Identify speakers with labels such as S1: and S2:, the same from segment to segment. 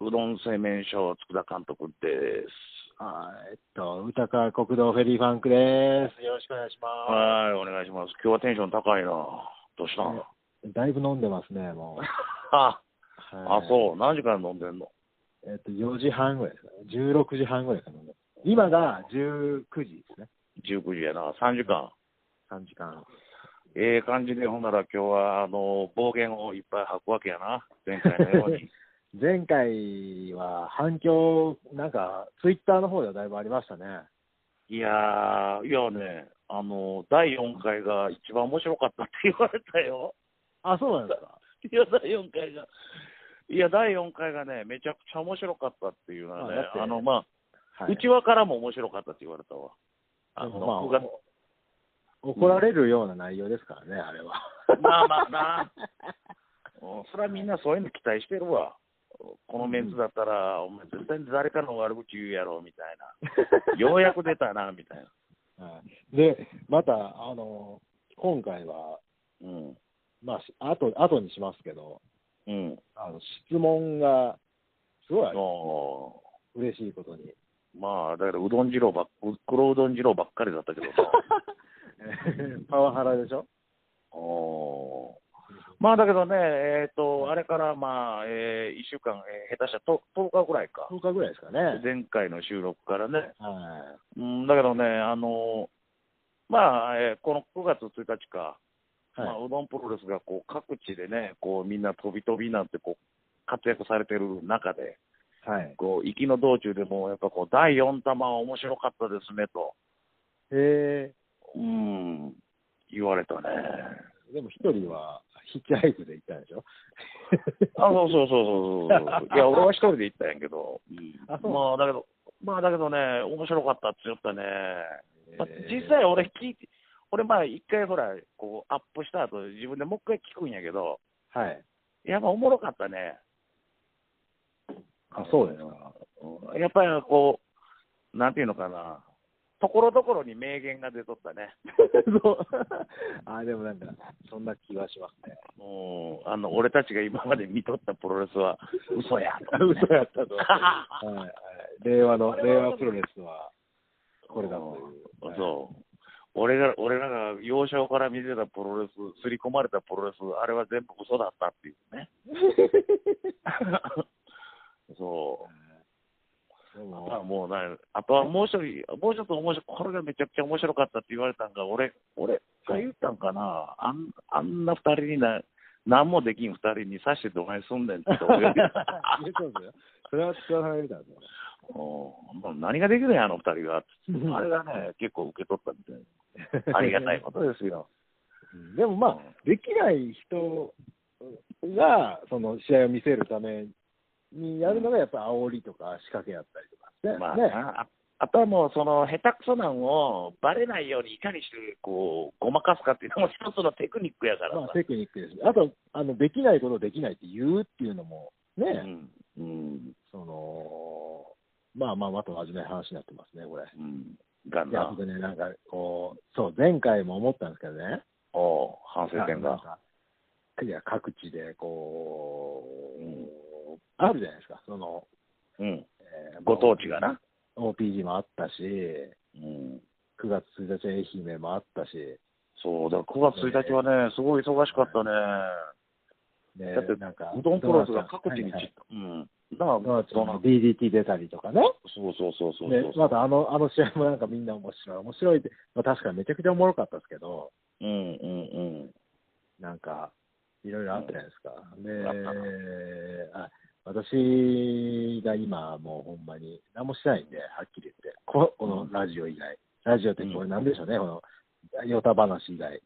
S1: 論声明書、佃監督です。
S2: あーえっと、歌川国道フェリーファンクです。よろしくお願いしま
S1: はい、お願いします。今日はテンション高いな。どうしたん、
S2: す。だいぶ飲んでますね、もう。
S1: あ、あ
S2: はい、
S1: そう。何時から飲んでんの
S2: えっと、4時半ぐらいですかね。16時半ぐらいかな。今が19時ですね。
S1: ?19 時やな。3時間。
S2: 3時間。
S1: ええ感じで、ほんなら今日は、あの、暴言をいっぱい吐くわけやな。前回のよ うに。
S2: 前回は反響、なんか、ツイッターの方ではだいぶありましたね。
S1: いやー、いやね、あの、第4回が一番面白かったって言われたよ。
S2: あ、そうなんですか。
S1: いや、第4回が。いや、第4回がね、めちゃくちゃ面白かったっていうのはね
S2: あだっ、て
S1: あの、まあ、
S2: はいう
S1: ちわからも面白かったって言われたわ。あ
S2: で
S1: の、
S2: もまあ
S1: 僕が
S2: 怒られるような内容ですからね、あれは。
S1: まあまあ なうんそれはみんなそういうの期待してるわ。このメンツだったら、お前絶対に誰かの悪口言うやろ、みたいな。ようやく出たな、みたいな。
S2: はいで、また、あの、今回は、
S1: うん。
S2: まあ、し後後にしますけど、
S1: うん。
S2: あの質問が、すごい
S1: の
S2: 嬉しいことに。
S1: まあ、だから、うどん二郎ばっ、黒うどん二郎ばっかりだったけど さ。
S2: パワハラでしょ
S1: おまあだけどね、えっ、と、あれからまあ、え1週間、えー下手したらと10日ぐらいか、
S2: ?10 日ぐらいですかね。
S1: 前回の収録からね、
S2: は
S1: うん、だけどね、あのまあ、えーこの9月1日か、
S2: い。
S1: まあ、
S2: は
S1: うどんプロレスがこう各地でね、こうみんな飛び飛びなんてこう活躍されてる中で、
S2: い。はい、
S1: こう行きの道中でも、やっぱこう第4弾は面白かったですねと、
S2: え
S1: うん、言われたね。
S2: ー、でも一人はヒッチハイクで行ったんでしょ
S1: あそう そうそうそうそうそう。いや、俺は一人で行ったんやけど、うん
S2: あそう
S1: まあ、だけど、まあ、だけどね、面白かったって言ったね。まあ
S2: えー
S1: 実際、俺聞いて、俺、まあ、一回ほら、こう、アップした後、自分でもう一回聞くんやけど、
S2: はい。
S1: やっぱおもろかったね。
S2: あ、そうですか。
S1: うんやっぱりこう、なんていうのかな、ところどころに名言が出とった ね。
S2: そう。あ、でもなんか、そんな気はしますね。
S1: もうあの俺たちが今まで見とったプロレスは嘘や。
S2: 嘘 やったと。はいはい。令和の、令和プロレスは、これだという。
S1: うん
S2: はい
S1: そう。俺が、俺らが幼少から見てたプロレス、刷り込まれたプロレス、あれは全部嘘だったっていう ね。そ
S2: で
S1: う。あ
S2: も
S1: とはもうない、あとはもう一人、もうちょっと面白い、これがめちゃくちゃ面白かったって言われたんが、俺、俺が言ったんかな、あんあんな二人にな、何もできん二人にさしてどないすんねんって俺が言った
S2: 言うとんですよ。それは使わされたんですよ。
S1: うんもう何ができるんや、あの二人が。あれがね、結構受け取ったみたいな。 ありがたいことですよ。
S2: うんでもまあ、できない人が、その試合を見せるためにやるのが、やっぱり煽りとか仕掛けやったりとかね。
S1: まあ
S2: ね
S1: なああとはもう、その下手くそなんをバレないように、いかにしてこうごまかすかっていうのも、一つのテクニックやから
S2: まあ
S1: さ、
S2: テクニックですしあと、あのできないことをできないって言うっていうのも、ね、
S1: うんうん
S2: その、まあまあ、また真面目な話になってますね、これ。
S1: うん、がん
S2: いや、
S1: な
S2: 本当、ね、なんかこう、そう、前回も思ったんですけどね、
S1: おう反省
S2: なん
S1: 点が。
S2: かいや、各地でこう、あるじゃないですか、その、
S1: うん、
S2: えー
S1: ご当地がな。
S2: OPG もあったし、
S1: うん、
S2: 9月1日、愛媛もあったし、
S1: そう、だから9月1日はね、すごい忙しかったね。
S2: ね
S1: だって
S2: なんか
S1: うどんプロレスが各地に散っ
S2: ドーナツ
S1: た。うん。だから、
S2: ドーナツ
S1: その
S2: の DDT 出たりとかね、
S1: そうそうそうそう
S2: で
S1: そう。
S2: またあのあの試合もなんかみんな面白い、面白いって、まあ、確かにめちゃくちゃおもろかったですけど、
S1: うんうん
S2: なんか、いろいろあったじゃないですか。
S1: あったな
S2: であ私が今、もうほんまに、何もしてないんで、はっきり言って、ここのラジオ以外、ラジオってこれ、なんでしょうね、この、ヨタ話以外、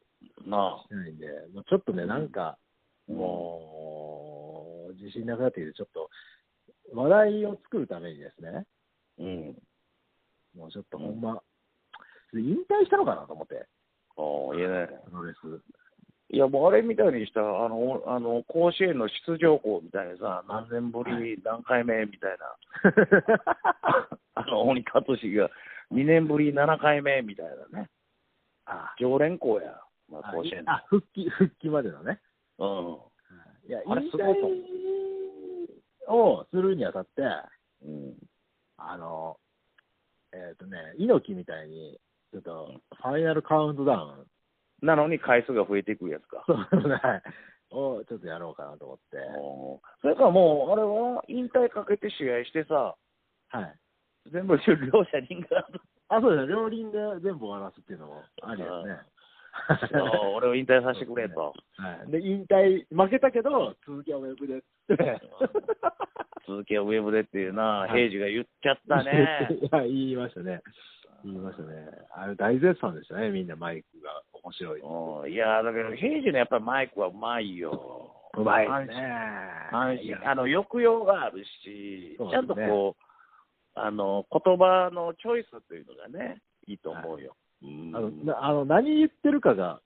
S1: うん。なあ
S2: し。てないんで、もうちょっとね、なんか、
S1: うん
S2: もう、自信なくなってきて、ちょっと、話題を作るためにですね、
S1: うん。
S2: もうちょっとほんま、引退したのかなと思って、
S1: ああ、いいね。
S2: プロレス。
S1: いや、もうあれみたいにした、あの、あの甲子園の出場校みたいにさ、何年ぶり、何回目みたいな、 あの、鬼勝志が2年ぶり7回目みたいなね、
S2: あ
S1: 常連校や、まあ、甲子園の。
S2: あ、復帰、復帰までのね。
S1: うん
S2: いや、
S1: あれすごいと思う
S2: 引退をするにあたって、
S1: うん。
S2: あの、えっ、とね、猪木みたいに、ちょっと、ファイナルカウントダウン、
S1: なのに回数が増えていくやつ か。
S2: そうはいをちょっとやろうかなと思って、
S1: おーそれからもう、あれは引退かけて試合してさ、
S2: はい。
S1: 全部終了者人が、
S2: あ、そうですね、両輪で全部終わらすっていうのもありですね。
S1: あの俺を引退させてくれと、
S2: はい、で、引退、負けたけど、続きはウェブでっつって。
S1: 続きはウェブでっていうな、平次が言っちゃったね。
S2: いや、言いましたね。言いましたね。あれ、大絶賛でしたね、みんなマイクが面白い。
S1: うんいやーだけど、平次のやっぱりマイクはうまいよ。
S2: うまいですね。
S1: 安
S2: い
S1: 心
S2: や
S1: あの抑揚があるし、
S2: そ
S1: ち
S2: うですね
S1: ゃんとこう、あの言葉のチョイスというのがね、いいと思うよ。うん
S2: あのなあの何言ってるかが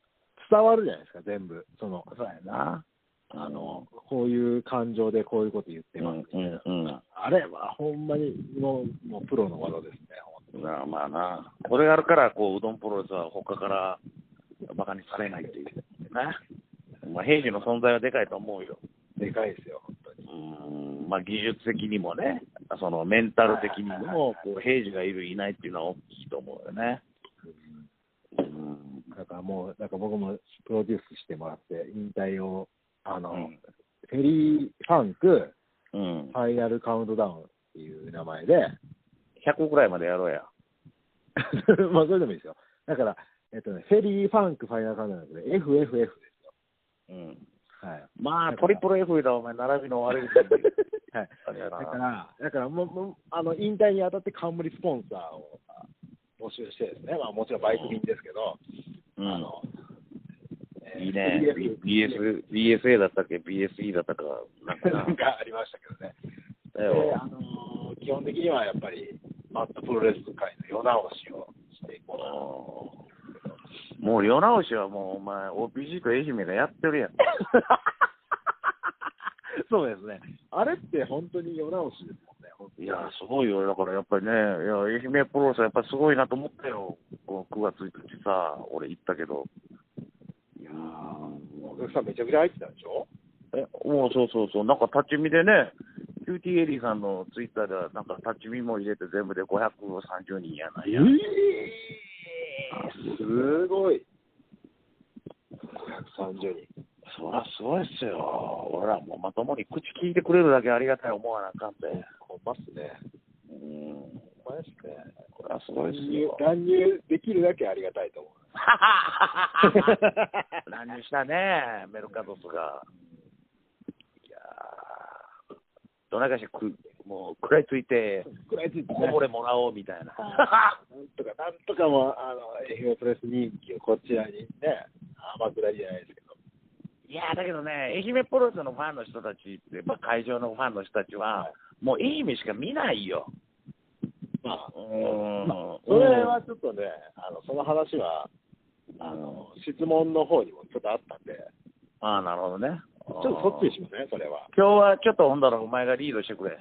S2: 伝わるじゃないですか、全部。その、
S1: そうやな。あの、
S2: こういう感情でこういうこと言って
S1: うんう
S2: ます。
S1: んうん。
S2: あれはほんまにもうもうプロの技ですね、ほんと
S1: まあまあな、これがあるから、こう、うどんプロレスは他から馬鹿にされないっていう。な。まあ、平時の存在はでかいと思うよ。
S2: でかいですよ、本当に。
S1: うん、まあ、技術的にもね、そのメンタル的に
S2: はいはいはい
S1: も、こう、平時がいる、いないっていうのは大きいと思うよね。うん。
S2: だからもう、なんか僕もプロデュースしてもらって、引退を、あの、
S1: うん
S2: フェリーファンク
S1: うん
S2: フ。ァイナルカウントダウンっていう名前で、
S1: 100ぐらいまでやろうや。
S2: まあそれでもいいですよ。だから、えっとね、フェリーファンクファイナルカウントダウンで、FFF ですよ。
S1: うん。
S2: はい。
S1: まあ、
S2: だ
S1: ト
S2: から
S1: リプル F だ、お前、並びの悪い
S2: はい、
S1: あれや
S2: だ
S1: な
S2: から、だからもうもうあの引退にあたって冠スポンサーをあ募集してですね、まあ、もちろんバイク便ですけど、
S1: う
S2: あ
S1: ん。
S2: のえー
S1: いいね。
S2: BF
S1: BS、BSA だったっけ ?BSE だったか。なんかな
S2: なんかありましたけどね、
S1: だ
S2: で
S1: よ
S2: あ。の基本的にはやっぱり、マットプロレス界の世直しをしていこうかなと思うんですけど。
S1: もう世直しはもうお前 OPG と愛媛がやってるや ん。
S2: そうですね、あれって本当に世直しですもんね、本当
S1: い
S2: に
S1: や、すごいよ。だからやっぱりね、いや、愛媛プロレスはやっぱりすごいなと思ったよ。こう9月1日さ、俺行ったけど。いやー
S2: お客さんめちゃくちゃ入ってたんでしょ
S1: え、もうそうそうそう。なんか立ち見でね、キューティーエリーさんのツイッターではなんか立ち見も入れて全部で530人やないや。
S2: すごい。530人。
S1: そりゃすごいっすよ。俺らもうまともに口聞いてくれるだけありがたい思わなあかんて。
S2: ほんまっすね。
S1: うん。
S2: ほんまですね。
S1: これはすごいっす よ。
S2: 乱入できるだけありがたいと思う。
S1: 乱入したね、メルカドスが。いやーどないかしてく、もう食らいついて、
S2: くらいついて
S1: こ
S2: ね
S1: ぼれもらおうみたいな。
S2: なんとか、なんとかも、あの、愛媛プロレス人気をこちらにね、天下りじゃないですけど。
S1: いやーだけどね、愛媛プロレスのファンの人たちって、まあ、会場のファンの人たちは、もう愛媛しか見ないよ。
S2: まあ
S1: う、ーん
S2: まあ、それはちょっとね、あの、その話は、あの、質問の方にもちょっとあったんで、
S1: ああ、なるほどね。
S2: ちょっとそっちにしますね、それは。
S1: 今日はちょっとほんだらお前がリードしてくれ。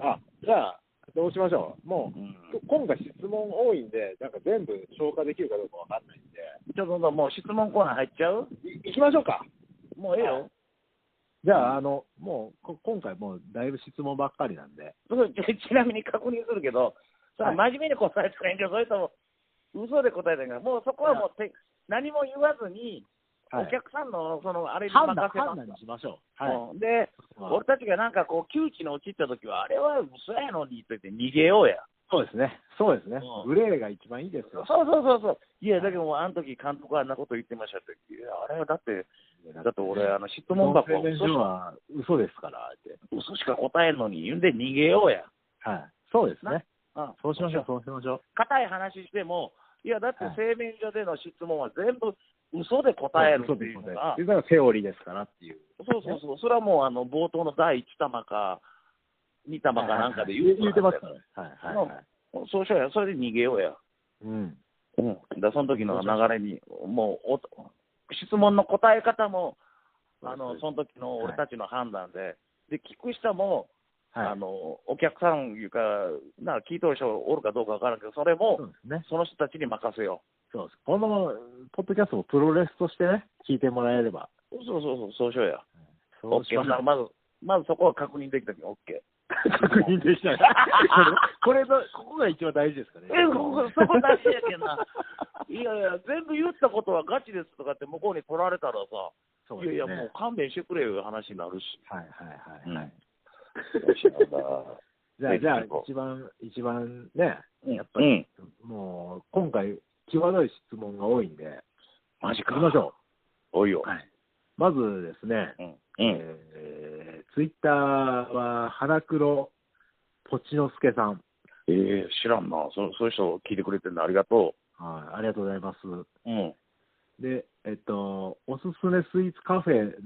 S2: あ、じゃあ、どうしましょう。もう、
S1: うん
S2: こ今回質問多いんで、なんか全部消化できるかどうかわかんないんで、
S1: ちょっとほんだらもう質問コーナー入っちゃう
S2: い行きましょうか。
S1: もうええ
S2: は
S1: よ
S2: い。じゃあ、あの、もうこ、今回もうだいぶ質問ばっかりなんで。
S1: そうち ちなみに確認するけど、さ
S2: はい
S1: 真面目に答えてくれんけど、それとも嘘で答えてんから、もうそこはもうて何も言わずに、
S2: はい、
S1: お客さんのそのあれに任
S2: 判断、
S1: せま
S2: 判
S1: す
S2: 断にしましょう。はい。
S1: うんで、
S2: まあ
S1: 俺たちがなんかこう、窮地に陥ったときは、あれは嘘やのにと言って逃げようや。
S2: そうですね。そうですね
S1: うん
S2: グレーが一番いいです
S1: そう
S2: よ。
S1: そうそうそう。いや、だけどもう、あの時監督はあんなこと言ってましたって。いや、あれはだって、だって俺、あの質
S2: 質
S1: 問
S2: 問
S1: 箱
S2: 箱
S1: は嘘し
S2: は嘘ですから、って。
S1: 嘘しか答えんのに言うんで逃げようや。
S2: はい。そうですね。
S1: うん
S2: そうしましょう、そうしましょう。
S1: 硬い話しても、いや、だって
S2: はい
S1: 製麺所での質問は全部嘘で答えるっていうのが
S2: そう、ですセオリーですからっていう。
S1: そうそうそう、それはもうあの冒頭の第1玉か、2玉かなんかで言う
S2: 言うてます
S1: か
S2: か
S1: ら
S2: ね。はいはいはい。
S1: そうしようや、それで逃げようや。
S2: うん。
S1: うん、だその時の流れに、もうお、質問の答え方も、あ
S2: そう
S1: の
S2: です
S1: その時の俺たちの判断で、で聞く人も、
S2: はい。
S1: あのお客さんいうか、なんか聞いとる人おるかどうかわからんけど、それ
S2: そう
S1: も
S2: ですね。
S1: その人たちに任せよう。
S2: そうです。このポッドキャストをプロレスとしてね、聞いてもらえれば。
S1: そうそうそう、そうしようや。
S2: そうしましょ
S1: ほ
S2: う
S1: んならまず、まずそこは確認できたけど、OK。
S2: 確認で きない。これこれの、ここが一番大事ですかね。
S1: え、ここ、そこ大事やけんな。 いやいや、全部言ったことはガチですとかって向こうに取られたらさ、
S2: そ
S1: い
S2: うですね
S1: やいや、もう勘弁してくれよいう話になるし。
S2: はいはいはいはい。じ
S1: うん
S2: ゃあ、じゃあ
S1: 行こ、う
S2: 一番、一番ね、やっぱ
S1: うん
S2: り、もう、今回、際どい質問が多いんで、
S1: マジか。
S2: 行きましょ
S1: おいよ
S2: う。。はい。まずですね、
S1: うん。うん。
S2: えー、ツイッターは、腹黒ポチのすけさん。
S1: えー、知らんな。そそういう人聞いてくれてるのありがと
S2: はい、ありがとうございます。
S1: う。うん。
S2: で、えっと、おすすめスイーツカフェ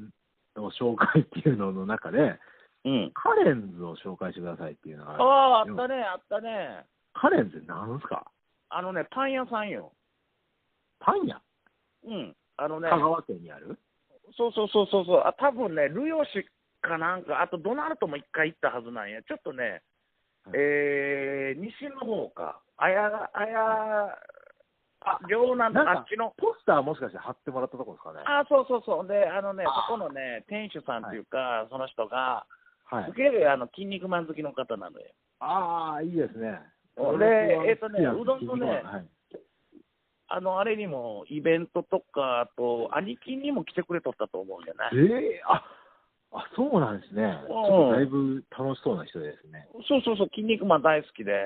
S2: の紹介っていうのの中で、
S1: うん。
S2: カレンズを紹介してくださいっていうのが、
S1: ああ、あったね、あったね。
S2: カレンズって何すか
S1: あのね、パン屋さんよ。
S2: パン屋
S1: うん。あのね
S2: 香、川県にある
S1: そうそうそうそうそう。あ、多分ね、ルヨシかなんか、あとドナルドも一回行ったはずなんや。ちょっとね、
S2: はい
S1: えー、西の方か。あや、あや、あ、両南
S2: なんか
S1: あっちの。
S2: ポスターもしかして貼ってもらったとこですかね
S1: あ、そうそうそう。で、あのね、
S2: あ
S1: そこのね、店主さんっていうか、その人が、
S2: は
S1: す
S2: い。
S1: げえあの筋肉マン好きの方なのよ。
S2: ああ、いいですね。
S1: 俺えっとね
S2: 好きなん
S1: うどん
S2: です
S1: とね
S2: はい
S1: あの、あれにも、イベントとか、あと、兄貴にも来てくれとったと思うんじゃない
S2: えー、ああそうなんですね。ちょっとだいぶ楽しそうな人ですね。
S1: そうそうそう、筋肉マン大好きで、
S2: はい。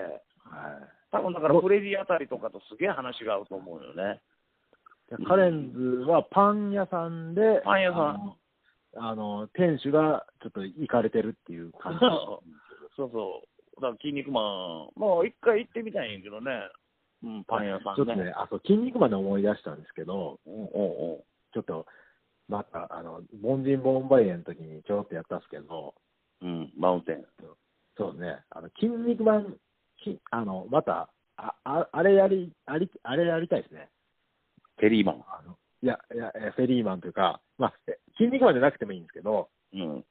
S1: 多分だからフレディあたりとかとすげえ話が合うと思うよね。
S2: でカレンズはパン屋さんで、
S1: パン屋さん
S2: あのあの店主がちょっと行かれてるっていう感じ。
S1: そうそう、だから筋肉マン、もう一回行ってみたいんやけどね、うん、 パン屋さ
S2: ちょっ
S1: ん
S2: と
S1: ね。
S2: ね、あそう筋肉マンで思い出したんですけど、
S1: うんうんうん
S2: ちょっとまたあの凡人ボンバイエの時にちょろっとやったんですけど、
S1: うん、マウンテン。
S2: そうですね、あの筋肉マンきあのまたあああれやりありあれやりたいですね。
S1: テリーマン。
S2: あのいやいやえフェリーマンというか、まあえ筋肉マンじゃなくてもいいんですけど。
S1: うん。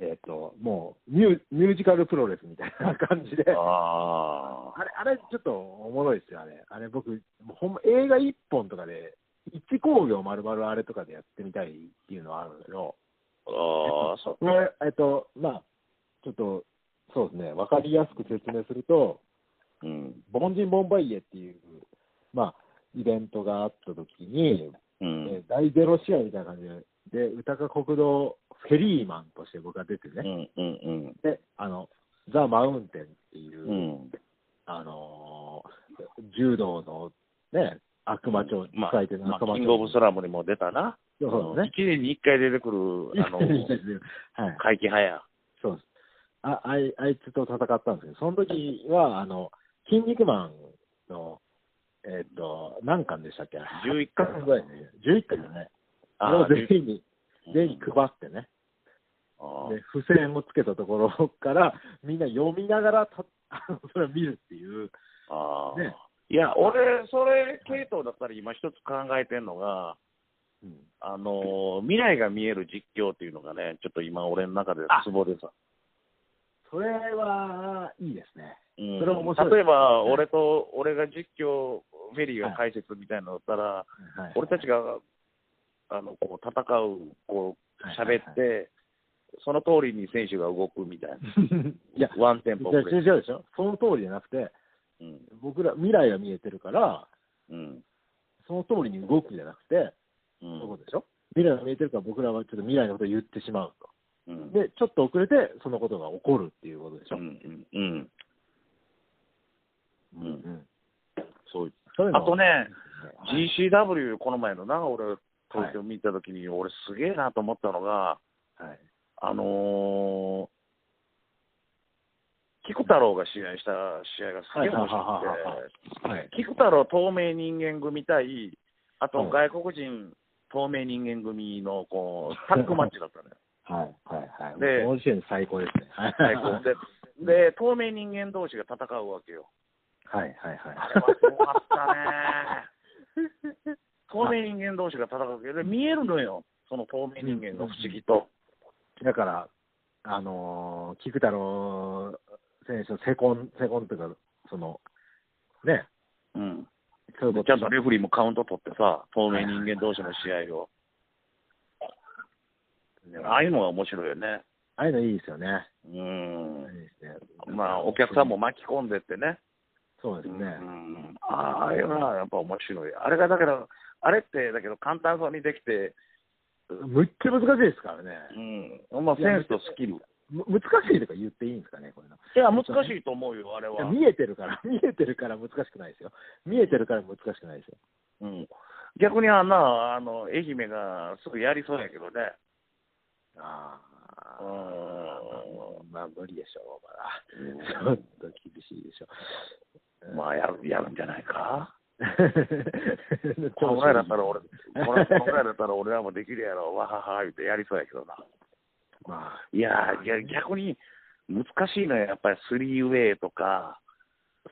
S2: えっともうミューミュージカルプロレスみたいな感じで、
S1: ああ。
S2: あれ、あれ、ちょっとおもろいですよ、あれ。あれ、僕、もうほんま映画一本とかで、一工業丸々あれとかでやってみたいっていうのはあるんだけど、
S1: ああ、そう。
S2: これえっと、まあ、ちょっと、そうですね、わかりやすく説明すると、
S1: うん。
S2: 凡人ボンバイエっていう、まあ、イベントがあった時に、
S1: う
S2: えー
S1: ん。
S2: 第ゼロ試合みたいな感じで、で、歌か国道フェリーマンとして僕が出て
S1: う
S2: ね、
S1: んうん
S2: で、あの、ザ・マウンテンっていうう、
S1: ん。うん。
S2: あのー柔道のね、悪魔町、
S1: まあ、
S2: 伝えてる
S1: ま
S2: 悪
S1: あ
S2: 魔
S1: キ
S2: 町。
S1: ングオブスラムにも出たな。
S2: そうそうですね。
S1: 1年に1回出てくる、あ の、
S2: はい、
S1: 怪奇派や。
S2: そうですああい。あいつと戦ったんですけど、その時は、あの、筋肉マンの、えっ、と、何巻でしたっけ
S1: 11巻
S2: ぐらいね。11巻だね。あれを全員に、全員に配ってね、
S1: あー
S2: で、付箋をつけたところから、みんな読みながらた、 あのそれを見るっていう。
S1: あー
S2: ね
S1: いや、俺、それ、系統だったら今一つ考えてるのが、
S2: うん
S1: あのー未来が見える実況っていうのがね、ちょっと今俺の中でツボでさ。
S2: それは、いいですね。
S1: うん
S2: それ面白いですね
S1: 例えば、俺と、俺が実況、フェリーが解説みたいなのだったら、
S2: はい
S1: 俺たちが、あの、こう、戦う、こう、喋って、
S2: はい
S1: その通りに選手が動くみたいな。
S2: いや、
S1: ワンテンポ
S2: じゃ
S1: 遅れ
S2: 違
S1: て。
S2: うでしょ、その通りじゃなくて、
S1: うん。
S2: 僕ら、未来が見えてるから、
S1: うん。
S2: その通りに動くんじゃなくて、
S1: う
S2: そういうんこ。とでしょ、未来が見えてるから、僕らはちょっと未来のことを言ってしまう
S1: う
S2: と、
S1: ん。
S2: で、ちょっと遅れて、そのことが起こるっていうことでし
S1: う
S2: ょ、
S1: ん。うん。うん。うん
S2: ん
S1: そう
S2: そういうの
S1: あとね、
S2: はい
S1: GCW、この前のな、俺、東京見たときに、俺、すげえなと思ったのが、
S2: はい、
S1: あのー、菊太郎が試合した試合がすげえ面
S2: はいはいはいは
S1: 白
S2: はい
S1: くて、菊太郎透明人間組対、あと
S2: は
S1: 外国人透明人間組のこうタッグマッチだったのよ。
S2: はい、はい、はい、
S1: で
S2: この時点で最高ですね、はい
S1: 最高でで、透明人間同士が戦うわけよ。
S2: はい、はい、はい
S1: あれはすごかったね。透明人間同士が戦うわけで、見えるのよ、その透明人間の不思議と。
S2: だから、あのー、菊太郎選手のセコン、セコンというか、その、ね、
S1: うん、
S2: そういうこ
S1: ちゃ
S2: と
S1: んとレフェリーもカウント取ってさ、透明人間同士の試合を。ああいうのが面白いよね。
S2: ああいうのいいですよね。
S1: うん
S2: いいですね。
S1: まあ、お客さんも。巻き込んでってね、
S2: そうで
S1: う
S2: す
S1: ん
S2: ね。
S1: ああいうのはやっぱ面白い、あれがだから、あれってだけど簡単そうにできて、
S2: むっちゃ難しいですからね。
S1: うんまあ、センスとスキル、い
S2: む難しいとか言っていいんですかね、これの。
S1: や、難しいと思うよ、あれ
S2: いや
S1: は。
S2: 見えてるから、 見えてるから難しくないですよ。見えてるから難しくないですよ。
S1: うん、逆にあんなあの愛媛がすぐやりそうやけどね、
S2: ああ、
S1: う
S2: まあ無理でしょう、まだ。
S1: う
S2: ちょっと厳しいでしょう。
S1: まあやるやるんじゃないか。
S2: うん、
S1: このぐらいだったら俺、このこのぐらいだったら俺らもできるやろ、わはは言ってやりそうやけどな。
S2: まあ、
S1: いやー、逆逆に難しいのはやっぱりスリーウェイとか、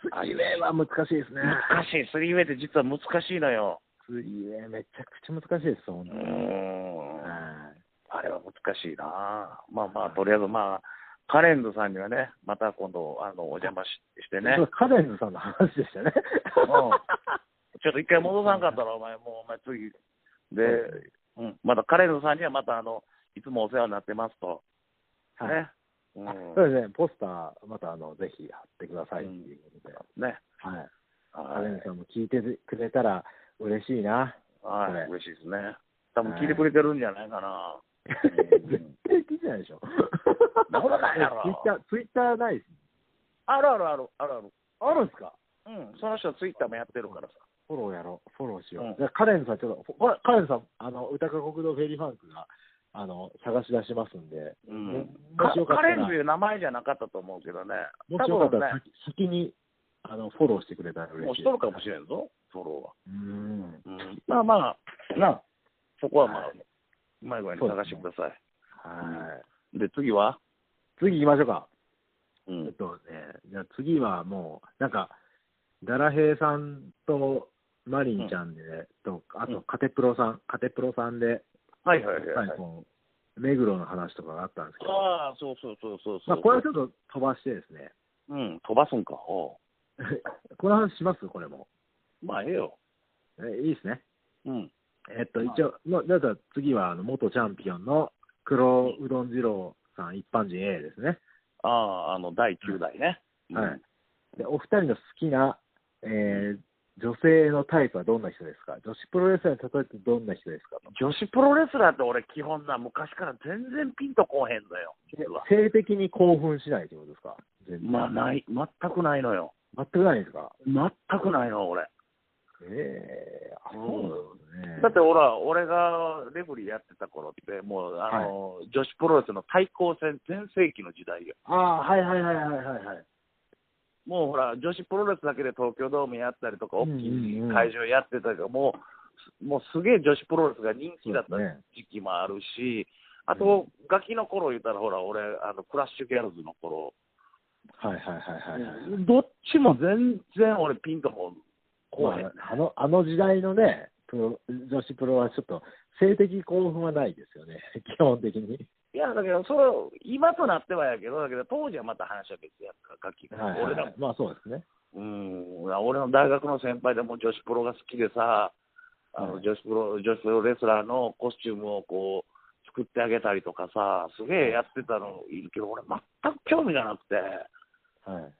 S2: スリーウェイは難しいですね。
S1: 難しい、スリーウェイって実は難しいのよ。
S2: スリーウェイめちゃくちゃ難しいです、本
S1: う
S2: 当
S1: ー
S2: に。
S1: ん、
S2: は
S1: あれは難しいな。まあまあ、とりあえずまあ、カレンズさんにはね、また今度、あの、お邪魔しして
S2: い
S1: ね
S2: そ。うカレンズさんの話でしたね。
S1: ちょっと一回戻さんかったら、お前、もう、お前、次。で、うん、またカレンズさんにはまた、あの、いつもお世話になってますと。
S2: はい
S1: ね。う
S2: あ
S1: ん
S2: そうですね、ポスター、またあのぜひ貼ってくださいっていうことで、
S1: ね。
S2: はい、カレン
S1: は
S2: さんも聞いてくれたら嬉しいな。
S1: い。は。
S2: はいい
S1: 嬉しいですね。多分聞いてくれてるんじゃないかな。
S2: 絶対聞いてないでしょ。
S1: なことないやろ
S2: ツイッター、ツイッターないです。
S1: あるあるある、あるある。
S2: あるんすか
S1: うん、その人はツイッターもやってるからさ。
S2: フォローやろう、フォローしよう。
S1: うん
S2: じゃあカレンさん、ちょっと、ほら、カレンさん、あの、歌か国道フェリーファンクが、あの、探し出しますんで、
S1: う
S2: うんん。
S1: か
S2: もしよかった
S1: カ
S2: ら
S1: レンという名前じゃなかったと思うけどね。
S2: もしよかった
S1: 多
S2: ら
S1: 分
S2: 先、先に、あの、フォローしてくれたら
S1: ね、
S2: 嬉
S1: もう
S2: し
S1: し
S2: い。
S1: とるかもしれんぞ、フォロ
S2: うーん。
S1: ーは。うん。まあまあ、なあ、そこはまあ
S2: は、
S1: うまい具合に探してください。
S2: はい。
S1: で、次は、
S2: 次行きましょうか。
S1: う
S2: えっ
S1: ん、
S2: とね、じゃあ次はもう、なんか、ダラヘイさんと、マリンちゃんで、と、あ
S1: うん
S2: と、カテプロさん、カテプロさんで、
S1: はいはい
S2: や
S1: は
S2: っぱ
S1: い、
S2: り
S1: はい。
S2: こう、目黒の話とかがあったんですけど、
S1: ああ、そうそうそうそうそう。
S2: まあ、これはちょっと飛ばしてですね、
S1: うん、飛ばすんか。お
S2: この話しますこれも。
S1: うまあ、ええよ。
S2: えいいですね。
S1: うん。
S2: えっと、一応、まあ、だから次はあの元チャンピオンの黒うどん二郎さん、一般人 A ですね。
S1: ああ、あの、第9代ね。うん
S2: はい。で、お二人の好きな、えー女性のタイプはどんな人ですか女子プロレスラーに例えてどんな人ですかと
S1: 女子プロレスラーって俺、基本な、昔から全然ピンとこうへんのよ、実は。
S2: 性的に興奮しないということですか全然
S1: まあ、ない、全くないのよ。
S2: 全くないんですか
S1: 全くないの、俺。
S2: ええあ、
S1: うん
S2: そうなんですね。
S1: だって、俺は、俺がレフリーやってた頃って、もう、あの、女子プロレスの対抗戦全盛期の時代よ。
S2: ああ、はいはいはいはいはいはい。
S1: もうほら、女子プロレスだけで東京ドームやったりとか、大きい
S2: うんうん
S1: 会場やってたりとか、もう、もうすげえ女子プロレスが人気だった
S2: そうですね
S1: 時期もあるし、あと、ガキの頃言ったら、ほら、俺、あのクラッシュギャルズの頃、
S2: はいはいはいはいはい。
S1: どっちも全然俺、ピンともこうへん
S2: まああのあの時代のねプロ、女子プロはちょっと性的興奮はないですよね、 基本的に。
S1: いや、だけど、それ、今となってはやけど、だけど、当時はまた話は別やった、ガキが。
S2: はいはい
S1: 俺ら
S2: は
S1: も
S2: い、まあそうですね。
S1: うん、俺の大学の先輩でも女子プロが好きでさ、あの
S2: はい
S1: 女子プロ、女子プロレスラーのコスチュームをこう、作ってあげたりとかさ、すげえやってたのいるけど、俺全く興味がなくて。
S2: はい、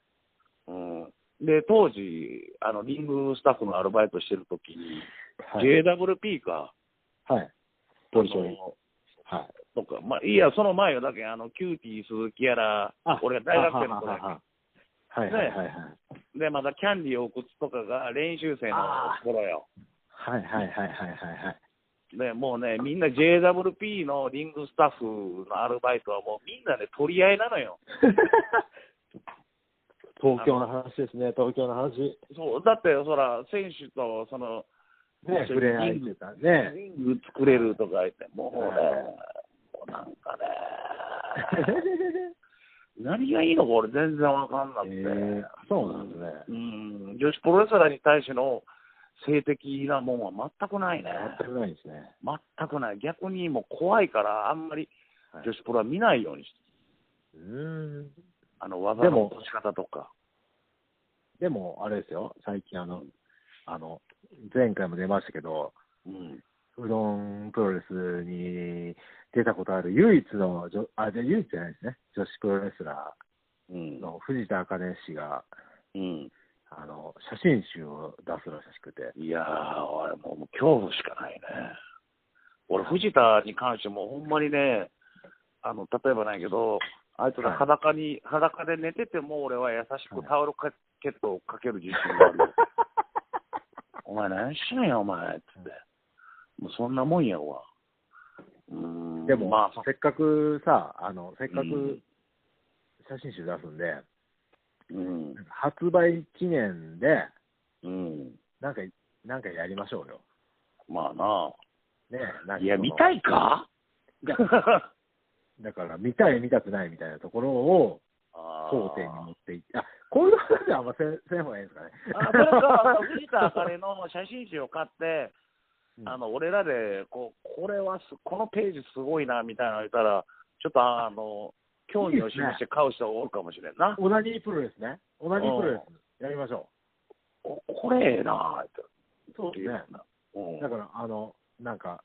S1: うん。で、当時、あの、リングスタッフのアルバイトしてる時に、
S2: はい、
S1: JWP か、
S2: はい、ポリ
S1: あ
S2: ショイ、
S1: の
S2: はい、
S1: とか、まあ、いや、その前よ、だけあの、キューティー鈴木やら、俺が大学生の頃やけど
S2: はいはいはいはい
S1: で、またキャンディーを送くとかが練習生の頃よ。
S2: はいはいはいはいはい はい
S1: で、もうね、みんな JWP のリングスタッフのアルバイトはもうみんなね、取り合いなのよ。
S2: 東京の話ですね、東京の話、
S1: そう、だって、そら、選手と、その、
S2: ね、触れ合いっていうか ね、
S1: リング作れるとか言って、もうね、
S2: はい
S1: もうなんかね、 何がいいのか俺全然わかんなくて。
S2: えーそうなんですね
S1: うん、女子プロレスラーに対しての性的なもんは全くないね。
S2: 全くないですね、
S1: 全くない。逆にもう怖いから、あんまり
S2: はい
S1: 女子プロは見ないようにして、
S2: うーん
S1: あの技
S2: で
S1: の
S2: も
S1: 落とし方とか。
S2: でも、あれですよ、最近あの、あの前回も出ましたけど、
S1: うん。
S2: そうどんプロレスに出たことある唯一の女、あ、じゃあ唯一じゃないですね、女子プロレスラ
S1: うん
S2: ー。の藤田茜氏が、
S1: うん。
S2: あの、写真集を出すらしくて、
S1: いやー、俺もう恐怖しかないね。俺、藤田に関してもほんまにね、あの、例えばないけど、あいつら裸に、裸で寝てても俺は優しくタオルかケットをかける自信が ある。お前何してんや、お前。つって。もうそんなもんやわ。うーん。
S2: でも、
S1: まあ、
S2: せっかくさ、あの、せっか
S1: うん
S2: く写真集出すんで、
S1: うん。
S2: 発売記念で、
S1: うん。
S2: なんか、なんかやりましょうよ。
S1: まあな
S2: ねなんか
S1: いや、
S2: その
S1: 見たいか
S2: だから、見たい、見たくないみたいなところを、
S1: 当
S2: 争点に持っていって、あ、こういう話はあんませんせんほうがいいんですかね。
S1: あそれか、藤田あかねの写真集を買って、
S2: うん
S1: あの俺らでこう、これはす、このページすごいなみたいなの言ったら、ちょっとああの興味を示して買う人がおるかもしれんな。
S2: オナニープロレスね。オナニープロレス。やりましょ
S1: おこれええなって。
S2: う。そうですね。
S1: うん
S2: だから、あの、なんか、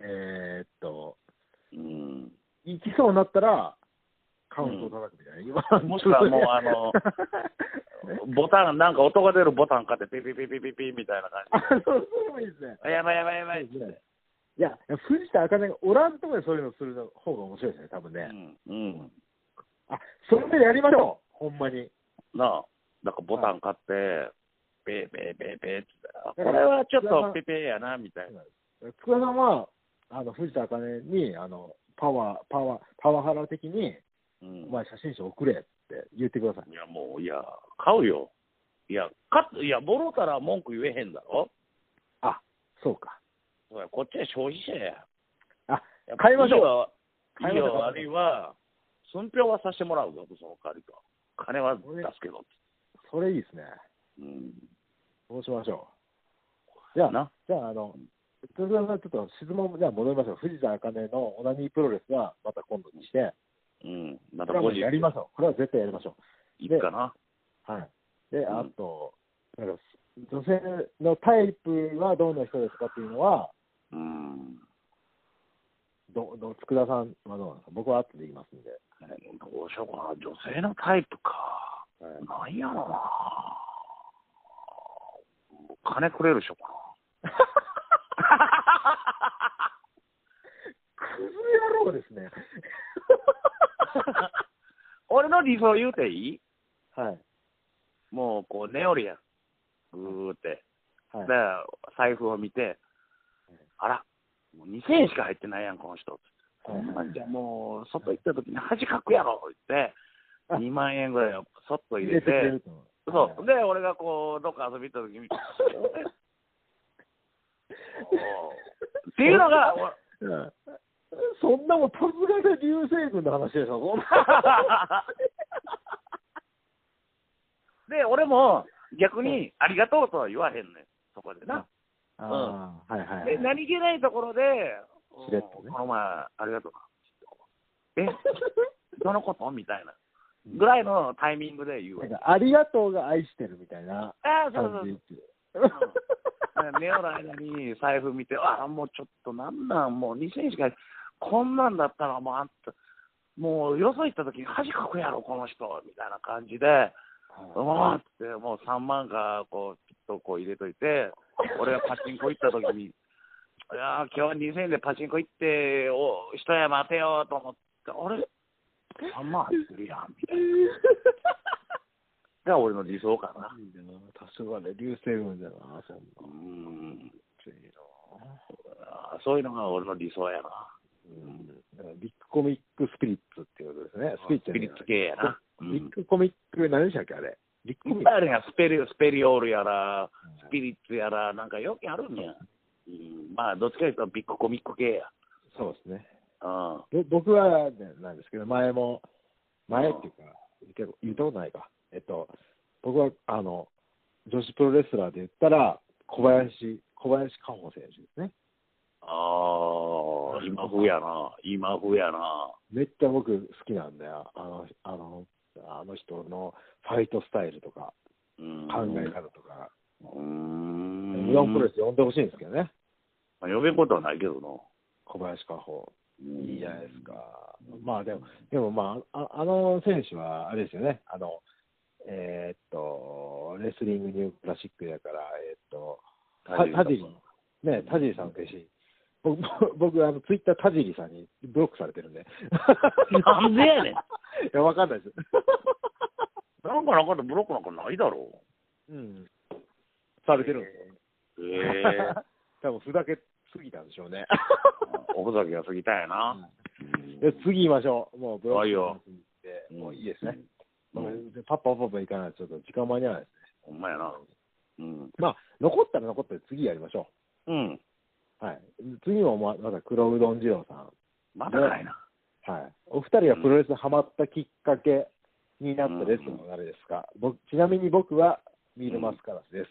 S2: えー、っと、
S1: うん、
S2: 行きそうになったら、カウントを叩くみたいな。
S1: もしくはもうあの
S2: ね
S1: ボタン、なんか音が出るボタン買って、ピピピピピピみたいな
S2: あ
S1: 感
S2: そうそういうのいいですね。
S1: じで。やばいやばいやばいっつって。
S2: いや、藤田茜がおらんとこでそういうのするの方が面白いですね、多分ね。
S1: うん、うん
S2: あ、それでやりましょう。ほんまに。
S1: なあ、なんかボタン買って、ペーペーペーペーってあこ
S2: だから
S1: れはちょっ
S2: それは
S1: とペペやな、みたいな。
S2: 福田さんは、あの、藤田茜に、あの、パワー、パワー、パワハラ的に、
S1: うん
S2: お前写真集送れって言ってください。
S1: いや、もう、いや、買うよ。いや、かいや、ボロから文句言えへんだろ。
S2: あ、そうか。
S1: そうやこっちは消費者や。
S2: あ、
S1: やっぱ
S2: 買いましょう
S1: いい
S2: 買いましょう
S1: よ、あるいは、寸評はさせてもらうぞ、その代わりか。金は出すけど。
S2: それいいですね。
S1: うん。
S2: そうしましょう。じゃあ、
S1: な
S2: じゃあ、あの、福田さん、ちょっと質問、じゃあ戻りましょう。藤田茜のオナニープロレスは、また今度にして、
S1: うん。ま
S2: こ
S1: た
S2: れはも
S1: 5
S2: う
S1: 時
S2: やりましょう。これは絶対やりましょう。
S1: 行くかな。
S2: はい。で、
S1: ん
S2: あと、なんか女性のタイプはどんな人ですかっていうのは、
S1: うん。
S2: どど佃さんはどうなんですか僕は後で言いますんで。
S1: どうしようかな。女性のタイプか。なんやろな。金くれる人か
S2: クズ野郎ですね。
S1: な。 俺の理想言うていい
S2: はい。
S1: もうこう寝よりやん。ぐーって。
S2: は
S1: で
S2: い、
S1: 財布を見て、あら、もう2000円しか入ってないやん、この人。こんなんじゃもう、外行った時に恥かくやろって
S2: あ
S1: 言って、2万円ぐらいをそっと入れて、
S2: くれると思
S1: そう。で、俺がこう、どっか遊び行った時 に、俺っていうのが、俺
S2: うんそんなもん、さすがで流星群の話でしょ、そんな。
S1: で、俺も逆にありがとうとは言わへんねん、そこでな。
S2: あーはいはいはい。
S1: で、何気ないところで、
S2: しれっとね
S1: この前、ありがとう な。え、どのことみたいな。ぐらいのタイミングで言うわ
S2: なん。かありがとうが愛してるみたいな
S1: ああ、そうそう
S2: 感
S1: そう
S2: じ。
S1: うん寝ようの間に財布見て、ああ、もうちょっとなんなん、もう2000円しか、こんなんだったら、もうあんた、もうよそ行った時に恥かくやろ、この人、みたいな感じで、うわーっつって、もう3万か、こう、ピッとこう入れといて、俺がパチンコ行った時に、い やー、今日2000円でパチンコ行って、お一山当てようと思って、あれ ?3 万入ってるやん、みたい な。が俺の理想かな。
S2: 多少はね、流星群だな、そんな。
S1: うーん。あーそういうのが俺の理想やな。
S2: うんだからビッグコミックスピリッツっていうことですね。スピリッツ
S1: スピリッツ系やな。うん
S2: ビッグコミック、何でしたっけ、あれ。ビッグコ
S1: いっ
S2: ミッ
S1: ぱ
S2: ク
S1: い。あるやん、スペリスペリオールやら、スピリッツやら、なんかよくあるんや。うん、まあ、どっちかというとビッグコミック系や。
S2: そうですね。
S1: うん。
S2: ぼ僕は、ね、なんですけど、前も、前っていうか、結構言ったことないか。えっと、僕は、あの、女子プロレスラーで言ったら、小林、小林加穂選手ですね。
S1: ああ、今風やな。今風やな。
S2: めっちゃ僕好きなんだよ。あの、あの、あの人のファイトスタイルとか、
S1: うん。
S2: 考え方とか。
S1: うーん。
S2: 日本プロレス呼んでほしいんですけどね。
S1: まあ、呼べることはないけどの。
S2: 小林加穂、
S1: うん
S2: いいじゃないですか。まあでも、でもまあ、ああの選手は、あれですよね、あの、えーっと、レスリングニュークラシックだから、えーっと、
S1: タ
S2: タ
S1: ジリ
S2: タジリ、ね、タジリさんの弟子、僕、 僕あのツイッタータジリさんにブロックされてるんで。
S1: なんでやねん
S2: いや、わかんないです。
S1: なんかなんかでブロックなんかないだろ
S2: うん。されてるんですよ。
S1: う。へえ
S2: 多分ふざけすぎたんでしょうね。
S1: おふざけが過ぎたんや な。
S2: で次行きましょう。もうブロッ
S1: あいい
S2: ク
S1: よ
S2: に行って、
S1: うん
S2: もういいですね。
S1: うん
S2: もうでパッパパッパ行かないとちょっと時間間に合わないですね。
S1: ほんまやな。うん。
S2: まあ、残ったら残ったで次やりましょ
S1: うん。
S2: う。はい。次もままだ黒うどん二郎さん。
S1: まだないな。
S2: はい、お二人がプロレスにハマったきっかけになったレッスンの誰ですか、僕ちなみに僕はミール・マスカラスです、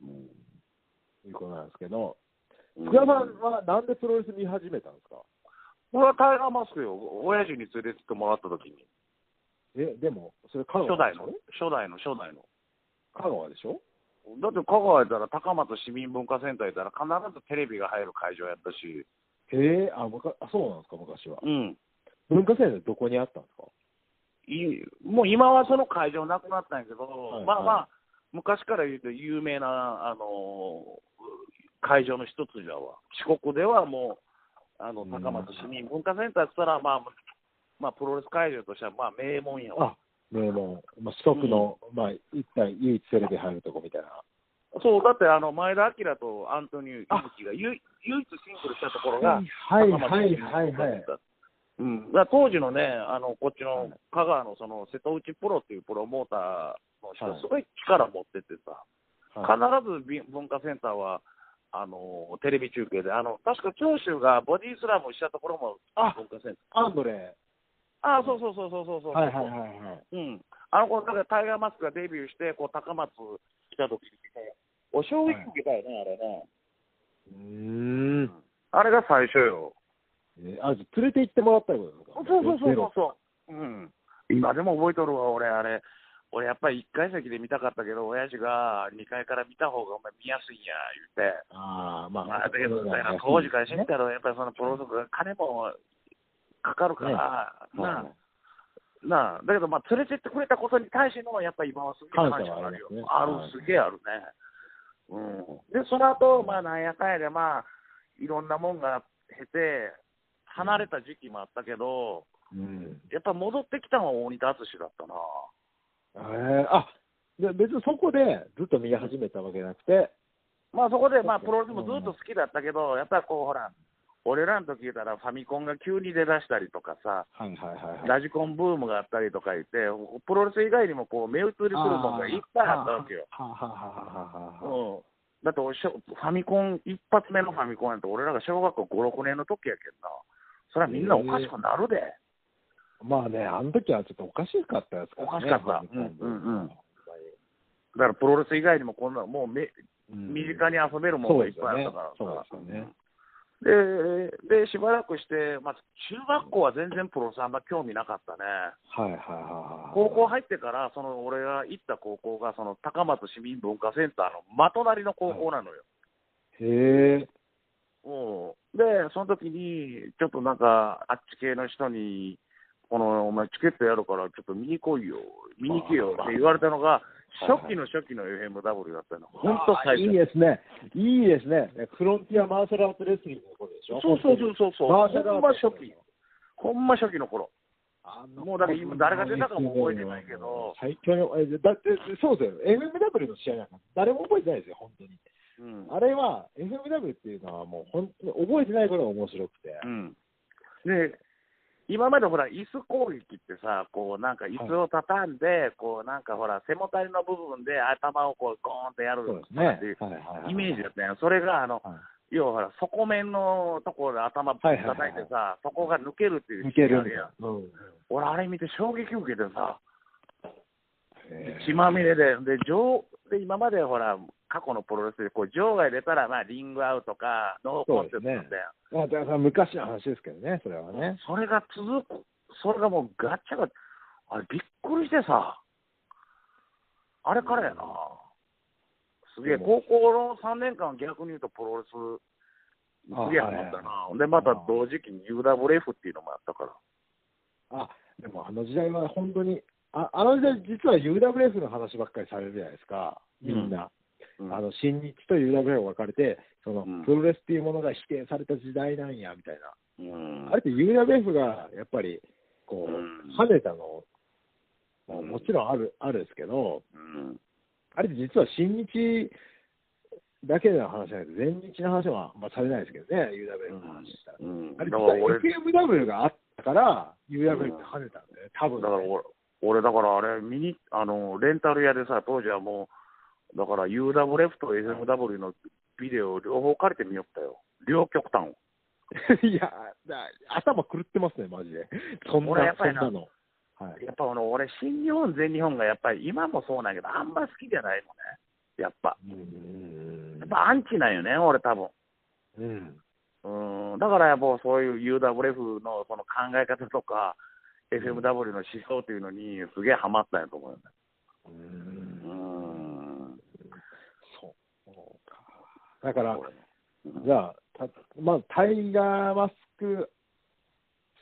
S1: うん
S2: ということなんですけど、
S1: うん
S2: 福山さんはなんでプロレス見始めたんですか
S1: 俺はタイガーマスクよ。親父に連れてってもらった時に。
S2: えでも、それ香
S1: 初
S2: 川
S1: 代
S2: でし
S1: の
S2: ょ、
S1: 初代の、初代の。
S2: 香川でしょ
S1: だって香川やったら高松市民文化センターやったら必ずテレビが入る会場やったし、
S2: へえあむかあ、そうなんですか、昔は。
S1: うん、
S2: 文化祭でどこにあったんですか
S1: いもう今はその会場なくなったんやけど、
S2: はい
S1: まあま
S2: は
S1: あ、昔から言うと有名な、あのー会場の一つじゃわ、四国ではもう、あの
S2: うん
S1: 高松市民文化センターって言ったら、まあ、まあ、プロレス会場としてはまあ名門やわ、
S2: あ名門、まあ、四国の、まあ、一体唯一テレビ入るとこみたいな。
S1: そうだってあの前田明とアントニー猪木が唯唯一シングルしたところが、
S2: はいはいはいはいはい。
S1: うん、だから当時のね、あのこっち
S2: は
S1: の
S2: い
S1: 香川のその瀬戸内プロっていうプロモーターの
S2: は
S1: 人、
S2: い
S1: すごい力持っててさ、
S2: はい
S1: 必ずび文化センターはあのテレビ中継で、あの確か長州がボディスラムしたところも
S2: あ
S1: 文化セン
S2: アンドレ
S1: ター、あそうそうそうそうそうそう、
S2: はいはいはいはい。
S1: うん、あの頃だからタイガーマスクがデビューして、こう高松来た時に、お衝撃受けたよね、あれね。
S2: うーん
S1: あれが最初よ。
S2: えーあ、じゃあ連れて行ってもらったことです
S1: そ
S2: か
S1: うそうそうそ
S2: ゼ
S1: う
S2: ロ
S1: そう。うん。今でも覚えとるわ、俺、あれ。俺、やっぱり1階席で見たかったけど、親父が2階から見た方がお前見やすいんや、言って。
S2: ああ、まあ、
S1: まあ、だけど、だから当時から知ったら、やっぱりそのプロ族が金もかかるから、
S2: ね
S1: なあ、なあ、だけど、まあ、連れてってくれたことに対しての、やっぱり今はすげえ感謝があるよ。
S2: 感謝は
S1: あ
S2: ありますね
S1: る、すげえあるね。うん。で、その後、まあ、なんやかんやで、まあ、いろんなもんが経て、離れた時期もあったけど、
S2: うん。
S1: やっぱ戻ってきたのは大仁田淳だったな。
S2: えー、あで別にそこでずっと見始めたわけじゃなくて、
S1: まあそこで、まあプロレスもずっと好きだったけど、やっぱこうほら、俺らの時言うたらファミコンが急に出だしたりとかさ、
S2: はいはいはいはい。
S1: ラジコンブームがあったりとか言って、プロレス以外にもこう目移りするものがいっぱいあったわけよ。
S2: はあはあはあはあはあはあ。
S1: うんだって俺しょファミコン、一発目のファミコンやんて、俺らが小学校5、6年の時やけんな。そりゃみんなおかしくなるで。
S2: まあね、あの時はちょっとおかしかったやつから、ね、
S1: おかしかった
S2: ファミコン
S1: うんうんうんだからプロレス以外にもこんな、もうめ
S2: うん
S1: 身近に遊べるものがいっぱいあったからさ。
S2: そうですよね
S1: でで、しばらくして、まあ、中学校は全然プロレスあんま興味なかったね。
S2: はいはいはいはい。
S1: 高校入ってから、その俺が行った高校が、その高松市民文化センターの真隣の高校なのよ。
S2: へえ。
S1: うんで、その時に、ちょっとなんか、あっち系の人に、この、お前チケットやるから、ちょっと見に来いよ、見に来いよって言われたのが、初期の初期の FMW だったの。本当
S2: あ
S1: 最
S2: ーいい
S1: 初。
S2: ですね。いいですね。フロンティアマーシャルアートレスリングのことでしょ
S1: そうそうそうそうそう。ほ
S2: マーシャルア
S1: ん
S2: ー
S1: ま
S2: ト
S1: 初期。ほんま初期の頃。もうだから今誰が出たかも覚えてないけど
S2: 最強の、えだって、そうだよ、FMW の試合なんか、誰も覚えてないですよ、本当に。
S1: うん
S2: あれは、FMW っていうのは、もう本当に覚えてないことが面白くて、
S1: うん、で今までほら椅子攻撃ってさこうなんか椅子を畳んで、こうなんかほら背もたれの部分で頭をこうゴーンってやる
S2: そうですね。はい
S1: っていう
S2: はいはいはい
S1: イメージだったよそれがあの
S2: はい
S1: 要はほら底面のところで頭ぶん叩いてさ、
S2: はいはいはい
S1: そこが抜けるっていう
S2: 抜け
S1: シーンあ
S2: るん
S1: るやん
S2: だ。うん
S1: 俺あれ見て衝撃受けてさ
S2: へー
S1: 血まみれでで上で今までほら過去のプロレスでこう場外出たらまあリングアウトかノーコンテストだっ
S2: そ
S1: た
S2: うで
S1: よ
S2: まあ、だから昔の話ですけどね、それはね。
S1: それが続く、それがもうガッチャガチャ、あれびっくりしてさ、あれからやな、すげえ、
S2: で
S1: 高
S2: も
S1: 校の3年間、逆に言うとプロレス
S2: あ
S1: クリアになったな、で、また同時期に UWF っていうのもあったから、
S2: あでもあの時代は本当に、ああの時代、実は UWF の話ばっかりされるじゃないですか、みん
S1: う
S2: な。
S1: ん
S2: あの新日と UWF が分かれて、その
S1: うん
S2: プロレスっていうものが否定された時代なんやみたいな、
S1: うん
S2: あれって UWF がやっぱりこ
S1: うん
S2: う跳ねたの、まあ
S1: うん
S2: もちろんあるあるんですけど、
S1: うん
S2: あれって実は新日だけの話じゃなくて、全日の話は、まあ、されないですけどね、UWF の話したら。
S1: うん
S2: あ
S1: だ
S2: れ
S1: か
S2: 実
S1: ら俺、
S2: は FMW があったから、UWF って跳ねたんだよね、多分、
S1: だから俺、俺だからあれ、見に、あの、レンタル屋でさ、当時はもう、だから UWF と SMW のビデオを両方借りてみよったよ。両極端を。
S2: いやだ、頭狂ってますね、マジで。そん
S1: 俺や
S2: な
S1: っ、ぱ
S2: そん
S1: りな
S2: なの。はい、
S1: やっぱあの俺、新日本、全日本がやっぱり今もそうなんやけど、あんま好きじゃないのね、やっぱ。
S2: うん
S1: やっぱアンチなんよね、俺、多分
S2: うん。
S1: うん、だからもうそういう UWF のその考え方とか、FMW の思想っていうのに、すげえハマったんやと思うよね。
S2: う
S1: うんん
S2: そうか。だから、
S1: 俺うん
S2: じゃあ、たまずタイガーマスク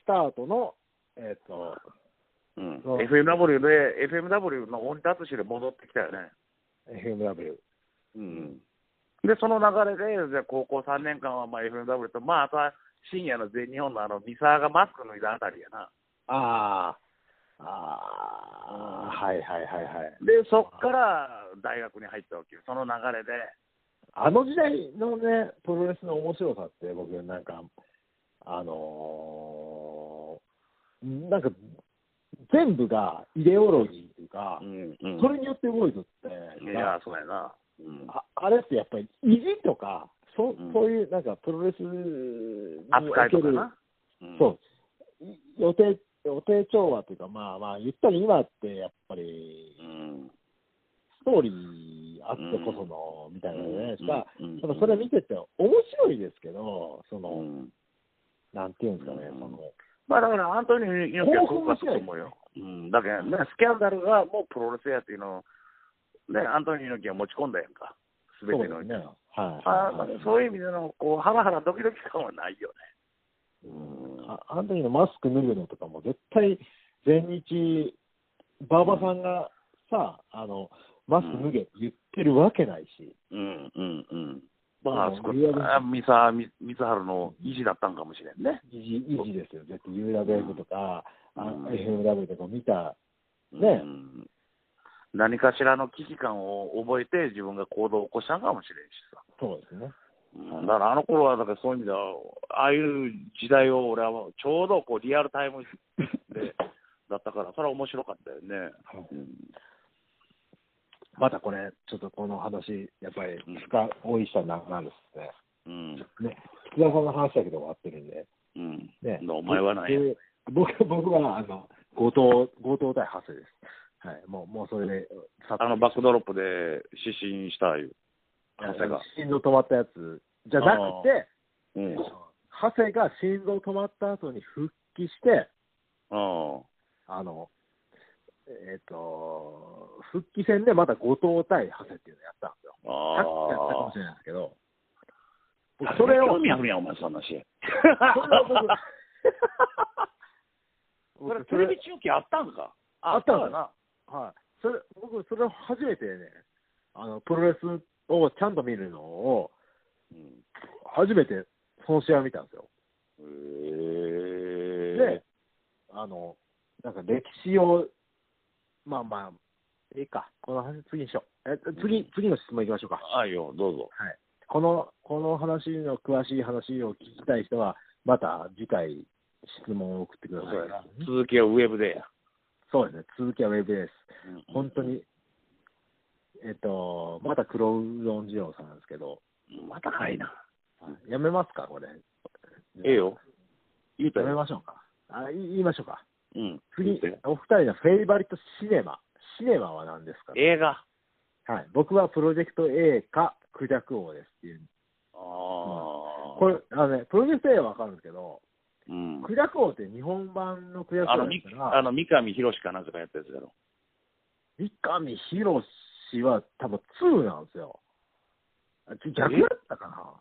S2: スタートの、えっ、と、
S1: うん、
S2: そう
S1: FMW で、FMW の鬼達志で戻ってきたよね。
S2: FMW。
S1: うん、で、その流れで、じゃあ高校3年間はまあ FMW と、まあ、あとは深夜の全日本のあのミサーがマスク脱いだあたりやな。
S2: ああ、ああ、はいはいはいはい。
S1: で、そっから大学に入ったわけよ、その流れで。
S2: あの時代のね、プロレスの面白さって、僕、なんか、あのーなんか、全部がイデオロギーというか、
S1: うん
S2: それによって動いとって、
S1: いや、そうやな。うん
S2: ああれってやっぱり意地とか、そ
S1: うん
S2: そういうなんかプロレスに
S1: 扱
S2: お
S1: い
S2: け
S1: とか
S2: る、
S1: な。うん
S2: そうい予定、予定調和というか、まあまあ、言ったら今ってやっぱり
S1: う、ん。
S2: ストーリーあってこその、みたいなのじゃないですか、
S1: うんうん
S2: でもそれ見てて、面白いですけど、その、
S1: うん
S2: なんていうんですかね、
S1: うん
S2: その
S1: まあだから、アントニオ猪木はそうかったと思うよ。うん、だけど、ね、スキャンダルがもうプロレスやっていうのを、ね、アントニオ猪木は持ち込んだやんか、すべて
S2: そ
S1: の
S2: うですね、はい
S1: あ
S2: はいはい
S1: そういう意味でのこうハラハラドキドキ感はないよね。
S2: ああの時のマスク脱ぐのとかも絶対、全日、馬場さんがさ、あの、マスク脱げって言ってるわけないし、
S1: うんうんうん。まあ、
S2: うん
S1: そこ
S2: いやでも
S1: あ三沢光晴の意地だったんかもしれんね。
S2: 維持維持ですよ、絶対 UWF とか、あ
S1: うん
S2: FMW とか見た、ね
S1: うん何かしらの危機感を覚えて自分が行動を起こしたんかもしれんしさ。
S2: そうですね。
S1: うんだからあの頃はだからそういう意味では、ああいう時代を俺はもうちょうどこうリアルタイムでだったから、それは面白かったよね。
S2: はい
S1: うん
S2: またこれ、ちょっとこの話、やっぱり深追いしたらなくなるっすね。
S1: うん
S2: ね、福田さんの話だけで終わってるんで、
S1: うん
S2: ね。
S1: お前はない。
S2: で僕僕は、あの、後藤、後藤対長谷です。はい、もう、もうそれで、さっ
S1: あのバックドロップで失神したいう、長谷が。
S2: 心臓止まったやつじゃなくて、
S1: うん。
S2: 長谷が心臓止まった後に復帰して、
S1: あ
S2: あの、えっ、と、復帰戦でまた後藤対長谷っていうのやったんですよ。さっきやったかも
S1: あ
S2: し。れないですけど、僕
S1: そ
S2: そ
S1: れ
S2: れ
S1: を。
S2: を、
S1: 興味あるやん、お前、そんな 話。
S2: それを 僕
S1: これ
S2: 僕
S1: テレビ中継あったんか。
S2: あったんか
S1: な。
S2: はい、それ僕、それを初めてねあの、プロレスをちゃんと見るのを、
S1: うん
S2: 初めてその試合を見たんですよ。
S1: へ
S2: で
S1: え。、
S2: あのなんか歴史を、まあまあ、いいか、この話、次にしよう。え次次の質問いきましょうか。
S1: あいいよ、どうぞ。
S2: はい、このこの話の詳しい話を聞きたい人は、また次回、質問を送ってください。
S1: 続きはウェブでや。
S2: そうですね、続きはウェブです。
S1: うん
S2: 本当に、えっと、また黒うどん二郎さんですけど、
S1: またかいな。
S2: やめますか、これ。
S1: ええよ。言うた
S2: やめ
S1: よ。
S2: ましょうか。あい言いましょうか。
S1: うん。言
S2: 次
S1: うたよ、
S2: お二人のフェイバリットシネマ。シネマは何ですか、
S1: 映画。あ
S2: はい、僕はプロジェクト A か、クジャク王ですっていう。
S1: あ。
S2: これ、あのね、プロジェクト A はわかるんですけど、
S1: うん。
S2: クジャク王って日本版のクジャク
S1: あ
S2: 王
S1: の、
S2: で
S1: み
S2: すか
S1: あ
S2: ら、
S1: の三上博史かなんかがやったやつだろ。
S2: 三上博史は多分2なんですよ。あち逆だったかな。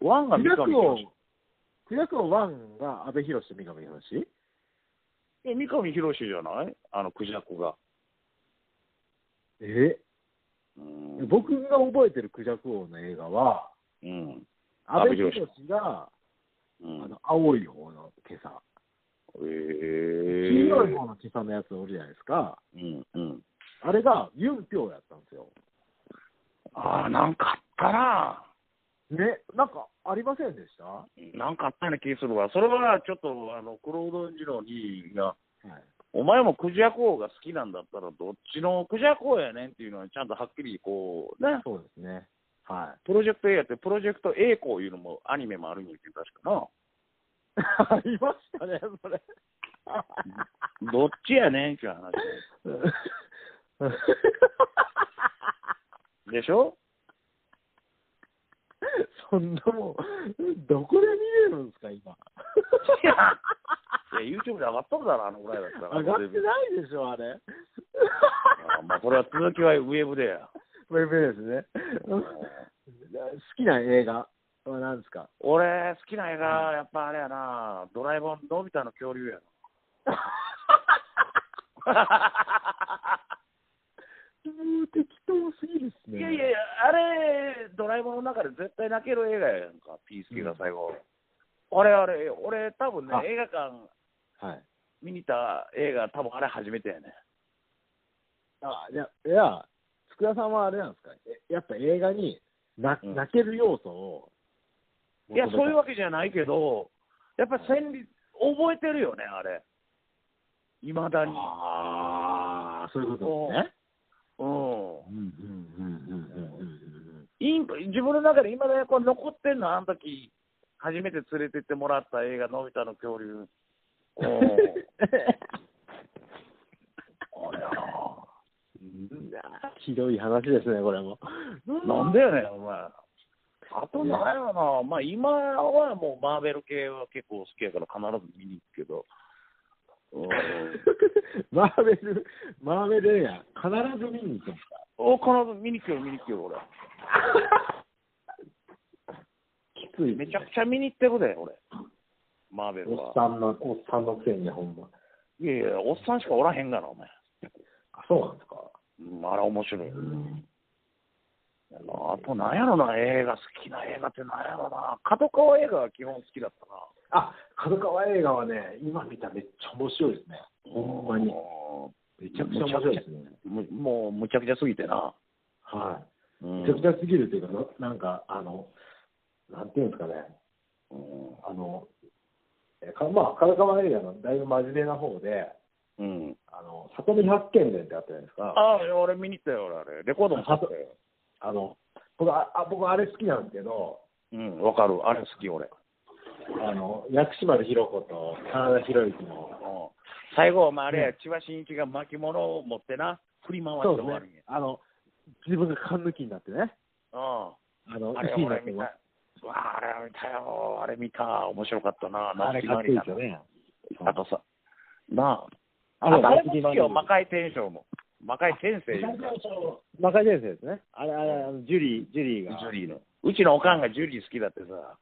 S1: ワンが
S2: ク
S1: 三
S2: ジャ
S1: 上
S2: ク王
S1: 博史。、
S2: クジャク王1が阿部寛と三上博史
S1: え、三上博史じゃないあの、クジャクが。
S2: え
S1: うん。
S2: 僕が覚えてるクジャク王の映画は、
S1: うん。
S2: 阿
S1: 阿部
S2: 部
S1: 寛
S2: 寛が、
S1: うん
S2: あの青い方の今朝、
S1: ええ
S2: 黄色い方の今朝のやつおるじゃないですか、
S1: うんうん。
S2: あれがユンピョウやったんですよ。
S1: ああ、なんかあったな。
S2: ね、なんかありませんでした、は
S1: なんかあったような気するわ。それはちょっと、あの、黒うどん二郎に、が、
S2: い、
S1: お前もクジャク王が好きなんだったら、どっちのクジャク王やねんっていうのは、ちゃんとはっきりこう、ね、
S2: そうですね。は
S1: プロジェクト A やって、プロジェクト A 校いうのもアニメもあるんやけど、確か
S2: い。 ありましたね、そ れ。
S1: な。どっちやねんっていう話。でしょ
S2: そんなもん、どこで見れるんですか、今。
S1: いや、いや YouTube で上がっとるだろ、あのぐらいだったら。
S2: 上がってないでしょ、あれ。
S1: あまあ、それは続きはウェブでや。
S2: ウェブですね。うん好きな映画は何ですか
S1: 俺、好きな映画、やっぱあれやな、ドラえもん、のび太の恐竜 やな。
S2: もう適当すぎるっすね。
S1: いやいやいや、あれ、ドラえもんの中で絶対泣ける映画やんか、ピースケが最後。俺、あれ、俺、多分ね
S2: あ、
S1: 映画館
S2: はい。
S1: 見に行った映画、多分あれ初めてやね。
S2: あいや、いや、つくさんはあれなんですかえやっぱ映画にな
S1: うん
S2: 泣ける要素を。
S1: いや、そういう
S2: わ
S1: わけじゃないけど、やっぱ戦慄、覚えてるよね、あれ。いまだに。
S2: ああ、そういうことですね。
S1: うん。
S2: うんうんうんうんうんうん
S1: イン自分の中で今だにこれ残ってんの、あの時初めて連れてってもらった映画、のび太の 恐竜。おーあれや
S2: うん。ひどい話ですね、これも。
S1: な。なんでやねん、お前。あとなんやろな、まあ今はもうマーベル系は結構好きやから必ず見に行くけど。うん
S2: マーベル、マーベル映画、必ず見に行くんですか
S1: お必ず見に行くよ、見に行くよ、俺。
S2: きついです
S1: め
S2: ね、
S1: ちゃくちゃ見に行ってるで、俺。マーベル
S2: おっ
S1: は。
S2: さんの、おっさんのくせにね、ほんま。
S1: いやいや、おっさんしかおらへんがな、お前。
S2: あ、そうなんですか。
S1: うん、あれ面白い。あと、なんやろな、映画、好きな映画ってなんやろな、角川映画は基本好きだったな。
S2: あ、角川映画はね、今見たらめっちゃ面白いですね。ほんまに。
S1: も
S2: めちゃくちゃ面白いですね。
S1: う、むもうむちゃくちゃすぎてな。
S2: は
S1: う
S2: い。
S1: ん
S2: めちゃくちゃすぎるというか、ななんか、あの、なんていうんですかね、
S1: うん
S2: あの、えかまあ、角川映画のだいぶ真面目な方で、
S1: うん、
S2: あの、里見百犬伝ってあったじゃないです
S1: あ
S2: か。
S1: あ、俺見に行ったよ、俺、あれ。レコードも買ったよ。
S2: あの、僕、ああ僕あれ好きなんですけど、
S1: うん、わかる。あれ好き、俺。
S2: あの、薬師丸ひろ子と真田広之の
S1: うん、最後、まあ、あれや、千葉真一が巻物を持ってな、振り回して
S2: そう
S1: 終わる
S2: で
S1: ん
S2: す
S1: や
S2: ね。。あの、自分が缶抜きになってね。
S1: う
S2: あの、
S1: ん、あれ、
S2: 1位にな
S1: 俺
S2: って
S1: 見
S2: ます
S1: た。うわあれ見たよ、あれ見た、面白かったな、
S2: あれかっこいいですよね。
S1: あとさ、なあ、
S2: あ
S1: あ
S2: れ
S1: とあれも好
S2: 夏木マ
S1: き
S2: リー
S1: よ、魔界転生も。魔界転生いうか
S2: 魔界先生ですね。あれ、あれ、あのジュリー、ジュリーが。
S1: ジュリーの。うちのおかんがジュリー好きだってさ、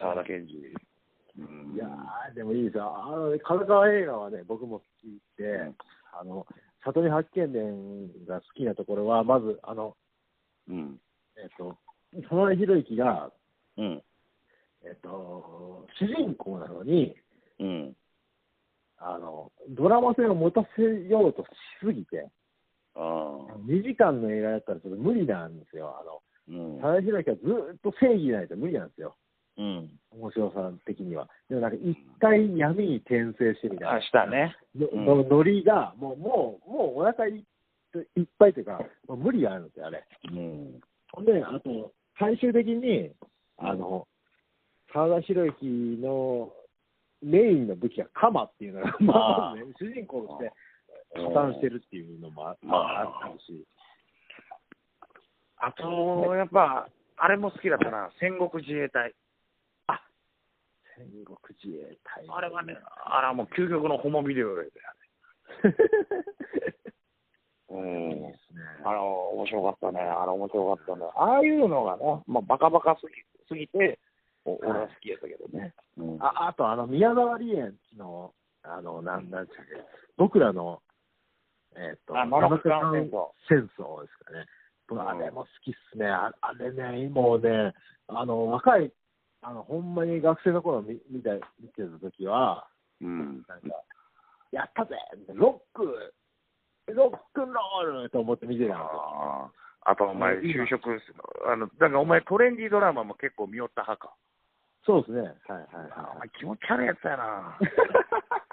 S1: 沢田研二。うん
S2: いやー、でもいいですよ。あの、金沢映画はね、僕も好きで、
S1: うん
S2: あの、里見八犬伝が好きなところは、まず、あの、
S1: うん。
S2: えっ、と、真田広之が、
S1: うん。
S2: えっ、と、主人公なのに、
S1: うん。
S2: あの、ドラマ性を持たせようとしすぎて、
S1: ああ。
S2: 2時間の映画だったらちょっと無理なんですよ。あの、
S1: うん。
S2: 真田広之はずーっと正義でないと無理なんですよ。
S1: うん。
S2: 面白さ的には。でもなんか一回闇に転生してみたいな
S1: あ、。したね。
S2: の
S1: うん
S2: のノリが、もう、もう、もうお腹いいっぱいというか、もう無理があるんですよ、あれ。
S1: うん。
S2: ほんで、あと、最終的に、あの、沢田博之のメインの武器が鎌っていうのが、まあ、
S1: あー
S2: ね、主人公として加担してるっていうのもあ,、
S1: まあ
S2: あったし、
S1: あと、やっぱ、あれも好きだったな、戦国自衛隊。
S2: 戦国自衛隊。
S1: あ れはね、あれはもう究極のホモビデオやで。うん
S2: いいですね。
S1: あの面白かったね、あれ面白かったね、ああいうのがね、まあ、バカバカすぎすぎて、お俺は好きやったけどね。うん
S2: ああと、あの、宮沢りえんちの、あの、なん、なんちゃっけ、僕らの、えっ、と、
S1: あ七日間
S2: 七
S1: 戦争
S2: 日間戦争ですかね。僕、
S1: うん
S2: あれも好きっすね。ああれね、もうね、あの、若い、あの、ほんまに学生の頃見見た見てた時は、
S1: うん
S2: なんか、やったぜロックロックンロールと思って見てたんですよ。
S1: あーあとお前、就職すあの、だからお前、トレンディードラマも結構見よった派か。
S2: そうですね。はいはい
S1: あお
S2: は
S1: 前、気持ち悪いやつや な。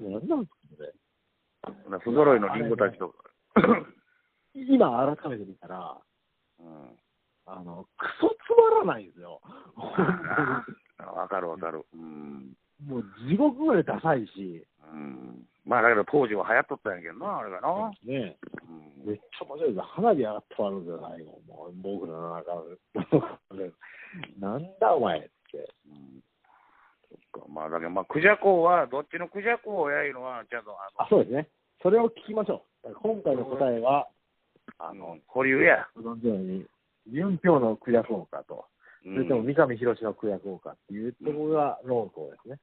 S2: い。なんなんですかね。
S1: 不揃いのリンゴたちとか。
S2: 今改めて見たら、
S1: うん
S2: あの、クソつまらないんですよ。
S1: あ わかるわかる。うん。
S2: もう地獄ぐらいダサいし、
S1: うん。まあ、だけど当時は流行っとったんやけどな、あれがな。
S2: ね、
S1: うん
S2: めっちゃ面白いです。花火上がって終わるんじゃないよ。もう僕らの 中で。なんだお前って。
S1: うんそっか、まあ、だけど、まあ、クジャコは、どっちのクジャコをやいうのは、ちゃんと、
S2: あ、そうですね。それを聞きましょう。今回の答えは、
S1: あの、あの保留や。
S2: ご存知のように、ユンピョウのクジャクウォーカーと、
S1: う
S2: それとも
S1: ん、
S2: 三上博史のクジャクウォーカーっていうところが論考ですね。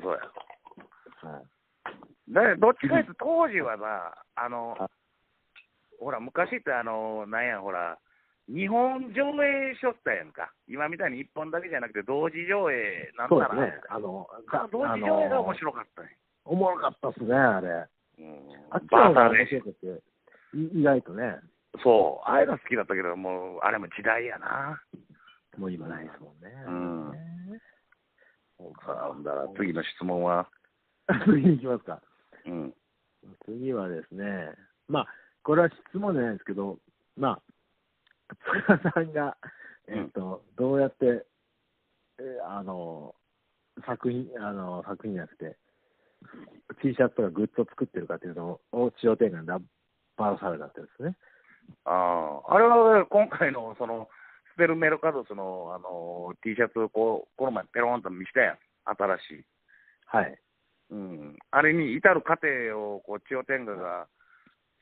S1: そうや。
S2: はい。
S1: だからどっちかいうと、当時はさ、あの
S2: あ、
S1: ほら、昔って、あの、なんや、ほら、日本上映しょったやんか。今みたいに一本だけじゃなくて、同時上映なんた
S2: そうで
S1: ら
S2: すね。あの、
S1: あ同時上映が面白かったね。
S2: おもろかったっすね、あれ。
S1: うん
S2: あっちの
S1: バ
S2: 方
S1: ータ
S2: が
S1: ー
S2: 面
S1: で。
S2: 白くて、い意外とね、
S1: そう、ああいうの好きだったけど、もう、あれも時代やな。
S2: もう今ないですもんね。
S1: うん
S2: ね
S1: さあ、ほんだら次の質問は、
S2: 次に行きますか。
S1: うん、
S2: 次はですね、まあ、これは質問じゃないですけど、まあ、塚田さんが、えっと、どうやって、えーあの、作品、あの、作品じゃなくて、T シャツとかグッズを作ってるかっていうのを、地上展開でバラされたってですね。
S1: あああれは今回のそのスペルメルカドスの、あの T シャツをこうこの前、ペロンと見したやん、新しい。
S2: はい。
S1: うん、あれに至る過程をこう千代天下が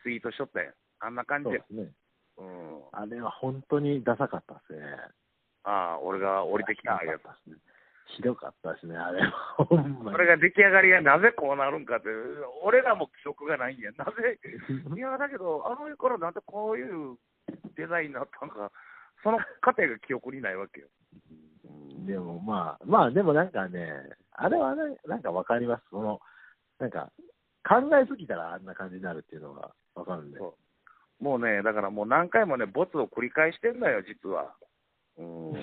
S1: ツイートしとったやん、あんな感
S2: そ
S1: じ
S2: う
S1: や
S2: で、すね。
S1: うん、
S2: あれは本当にダサかったですね。
S1: ああ、俺が降りてきたやつ、
S2: ひどかったですね、あれは。ほん
S1: そ
S2: まに。
S1: れが出来上がりがなぜこうなるんかって、俺らも気色がないんや、な ぜ、いや、だけど、あの頃なんでこういうデザインになったのか、その過程が記憶にないわけよ。
S2: でもまあ、まあでもなんかね、あれはね、なんかわかります。その、なんか、考えすぎたらあんな感じになるっていうのがわかるんで。
S1: そうもうね、だからもう何回もね、ボツを繰り返してんだよ、実は。う ん
S2: うん。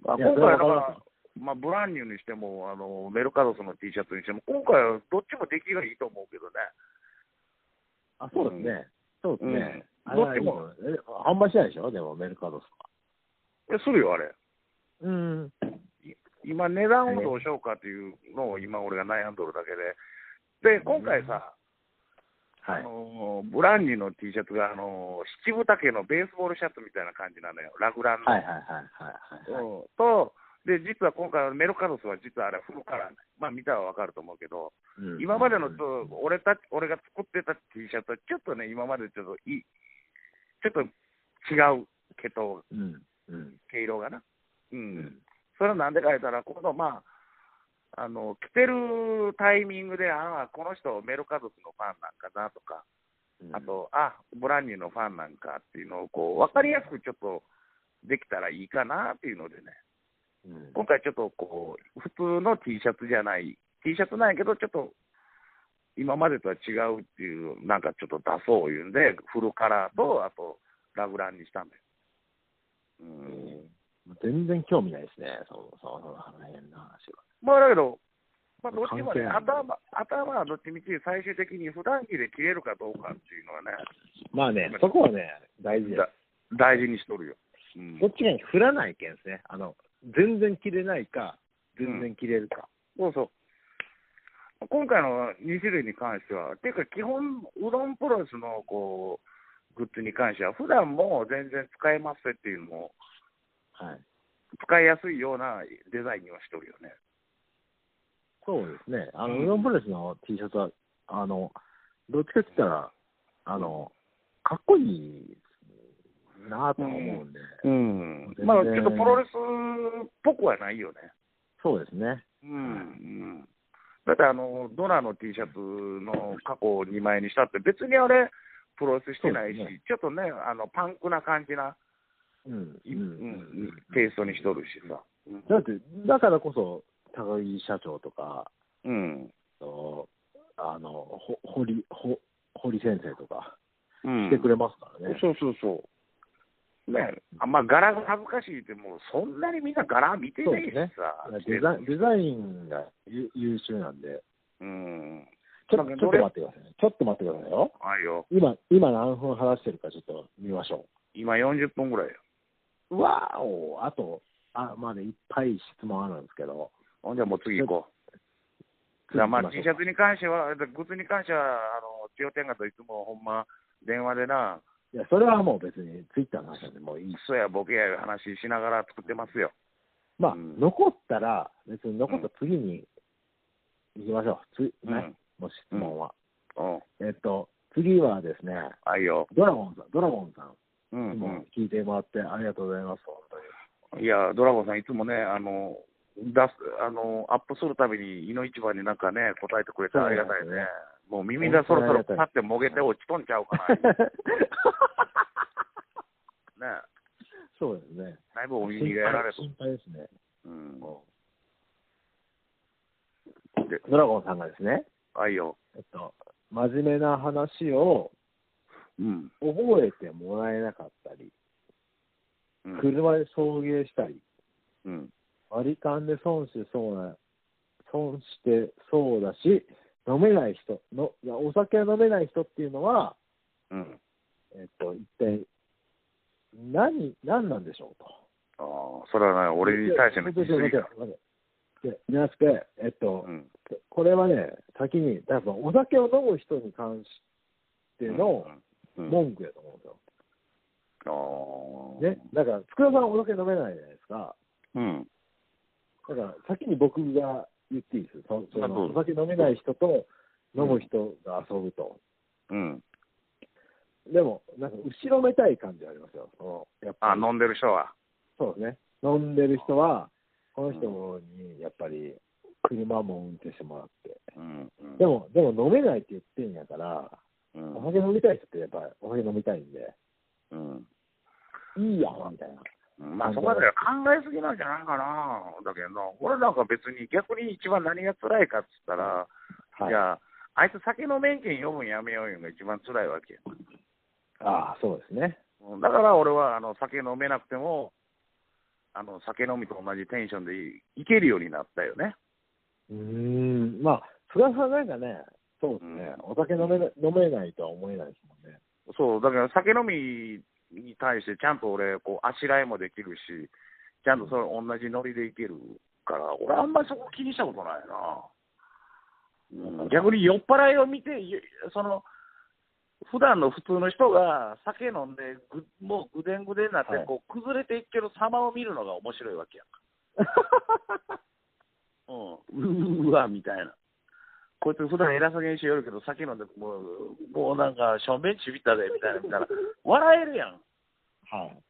S1: まあ、
S2: いや
S1: 今回はだか、
S2: それはわから
S1: まあ、ブランニューにしても、あのメルカドスの T シャツにしても、今回はどっちも出来がいいと思うけどね。
S2: あ、そうですね。そうです
S1: う
S2: ね。
S1: ん
S2: あれはいいのえ販売しないでしょでも、メルカドスは。
S1: え、するよ、あれ。
S2: うん。
S1: 今、値段をどうしようかっていうのを今、俺が悩んどるだけで。で、今回さ、
S2: は
S1: あ
S2: い。
S1: のブランニューの T シャツが、あの七分丈のベースボールシャツみたいな感じなのよ、ラグランの。
S2: はいはいはいはいはいはい。
S1: うんと、で、実は今回はメルカドスは実はあれフルカラーね、まあ見たらわかると思うけど、
S2: うん
S1: 今までのと俺たち、俺が作ってた T シャツはちょっとね、今までちょっといい、ちょっと違う毛と
S2: うん。うん。
S1: 毛色がな。う
S2: うんん。。
S1: それはなんでか言ったら、今度まあ、あの、着てるタイミングで、ああ、この人メルカドスのファンなんかなとか、あと、あ、ブランニューのファンなんかっていうのをこう、わかりやすくちょっとできたらいいかなっていうのでね。
S2: うん、
S1: 今回ちょっとこう、普通の T シャツじゃない、T シャツなんやけど、ちょっと今までとは違うっていう、なんかちょっと出そういうんで、フルカラーと、あとラグランにしたんだよ。う。
S2: うんん。全然興味ないですね。そうそう、その辺の話は。
S1: まあだけど、まあどっちもね、
S2: 関係ない
S1: 頭、頭はどっちみち最終的に普段着で着れるかどうかっていうのはね、
S2: まあね、そこはね、大事です
S1: だ。大事にしとるよ。うん
S2: こっちが振らないけんですね。あの、全然切れないか、全然切れるか。
S1: そうそう。今回の2種類に関しては、ていうか基本、うどんプロレスのこうグッズに関しては、普段も全然使えますっていうのも、
S2: はい。
S1: 使いやすいようなデザインにはしておるよね。
S2: そうですね。あ
S1: う
S2: の、
S1: ん
S2: ウーロンプレスの T シャツは、あの、どっちかって言ったら、あの、かっこいいなとは思うんで、
S1: うん
S2: 全然
S1: まあ、ちょっとプロレスっぽくはないよね。
S2: そうですね。
S1: うんうんだってあの、ドナーの T シャツの過去を2枚にしたって、別にあれ、プロレスしてないし、
S2: そうです
S1: ちょっとね、あのパンクな感じな、
S2: うん。
S1: い
S2: うん
S1: うん、テイストにしとるしさ。
S2: だって、だからこそ、高木社長とか、
S1: うん。
S2: とあの、ほ堀、ほ堀先生とか、
S1: うん
S2: 来てくれますからね。
S1: そうそうそう。ねあんま柄が恥ずかしいって、もうそんなにみんな柄見てないしさ。
S2: デザインデザインが優優秀なんで、
S1: うん。
S2: ちょ
S1: なんか
S2: ち
S1: ど
S2: ょっと
S1: れ
S2: 待ってくださいね。ちょっと待ってくださいよ。
S1: あいよ。
S2: 今、今何分話してるかちょっと見ましょ
S1: 今40分ぐらいよ。
S2: う。わーおあと、あ、まあね、いっぱい質問あるんですけど。
S1: ほんじゃもう次行こう。じゃあまあ T シャツに関しては、グッズに関しては、あの、千代天下といつもほんま、電話でな、
S2: いや、それはもう別にツイッターの話なんでもういい。
S1: そうやボケやいう話しながら作ってますよ。
S2: まあ、
S1: うん
S2: 残ったら、別に残った次に行きましょう。つね、もう質問は。
S1: うん。
S2: えっと、次はですね、
S1: あいよ。
S2: ドラゴンさん、ドラゴンさん、
S1: う
S2: いつも聞いてもらってありがとうございます、本当に。
S1: いや、ドラゴンさん、いつもね、あの、出す、あの、アップするたびに、いの一番になんかね、答えてくれてありがたい
S2: そう
S1: ね
S2: なんですね。
S1: もう耳がそろそろ
S2: 本当
S1: パ
S2: にあ
S1: ッてもげて落ちとんちゃうかな、ね。
S2: そうですね。
S1: だいぶお耳がやられと。
S2: 心配ですね。
S1: うん。で、
S2: ドラゴンさんがですね、
S1: あいよ。
S2: えっと、真面目な話を
S1: うん。
S2: 覚えてもらえなかったり、
S1: うん
S2: 車で送迎したり、
S1: うん。
S2: 割り勘で損してそうな、損してそうだし、飲めない人の、いやお酒を飲めない人っていうのは、
S1: うん。
S2: えっと、一体何、何なんでしょうと。
S1: ああ、それはね、俺に対しての
S2: ちょ
S1: 気
S2: っと待っ
S1: づ
S2: て待って待ってでじゃなくて、えっと、
S1: うん。
S2: これはね、先に、多分お酒を飲む人に関しての
S1: うん、うん。
S2: 文句やと思うんです
S1: あ
S2: よ。
S1: あ。
S2: ね、だから、福田さんはお酒飲めないじゃないですか。
S1: うん。
S2: だから、先に僕が言っていいです。そそ
S1: あど
S2: の
S1: う
S2: お
S1: ぞ
S2: 酒飲めない人と飲む人が遊ぶと。
S1: うん。
S2: でも、なんか、後ろめたい感じありますよ。そのやっ
S1: あ、
S2: ぱり
S1: 飲んでる人は。
S2: そうですね。飲んでる人は、この人に、やっぱり、車も運転してもらって。
S1: うん。うん
S2: で、も、でも飲めないって言ってんやから、
S1: うん
S2: お。酒飲みたい人ってやっぱりお酒飲みたいんで、
S1: うん。
S2: いいやんみたいな。
S1: まあそこはだから考えすぎなんじゃないかな、だけどな、俺なんか別に逆に一番何が辛いかっつったら、
S2: はい
S1: じゃあ、あいつ酒の免許読むんやめよういうのが一番辛いわけよ
S2: ああ、そうですね。
S1: だから俺はあの酒飲めなくても、あの酒飲みと同じテンションでいいけるようになったよね。
S2: うーん、まあ、菅さんなんかね、そうですね、お酒飲めな飲めないとは思えないですもんね。
S1: そう、だから酒飲みに対してちゃんと俺、こう、あしらいもできるし、ちゃんとそれ同じノリでいけるから、俺あんまりそこ気にしたことないな。うん、逆に酔っ払いを見て、いその、普段の普通の人が酒飲んでぐ、もうぐでんぐでんになって
S2: はい、
S1: こう、崩れていってる様を見るのが面白いわけやんか。 うん、うーわ、みたいな。こいつ普段偉そうにしよるけど、酒飲んで、もう、もうなんか、しょんべんちびったで、みたいな、みたいな。笑えるやん。
S2: はい。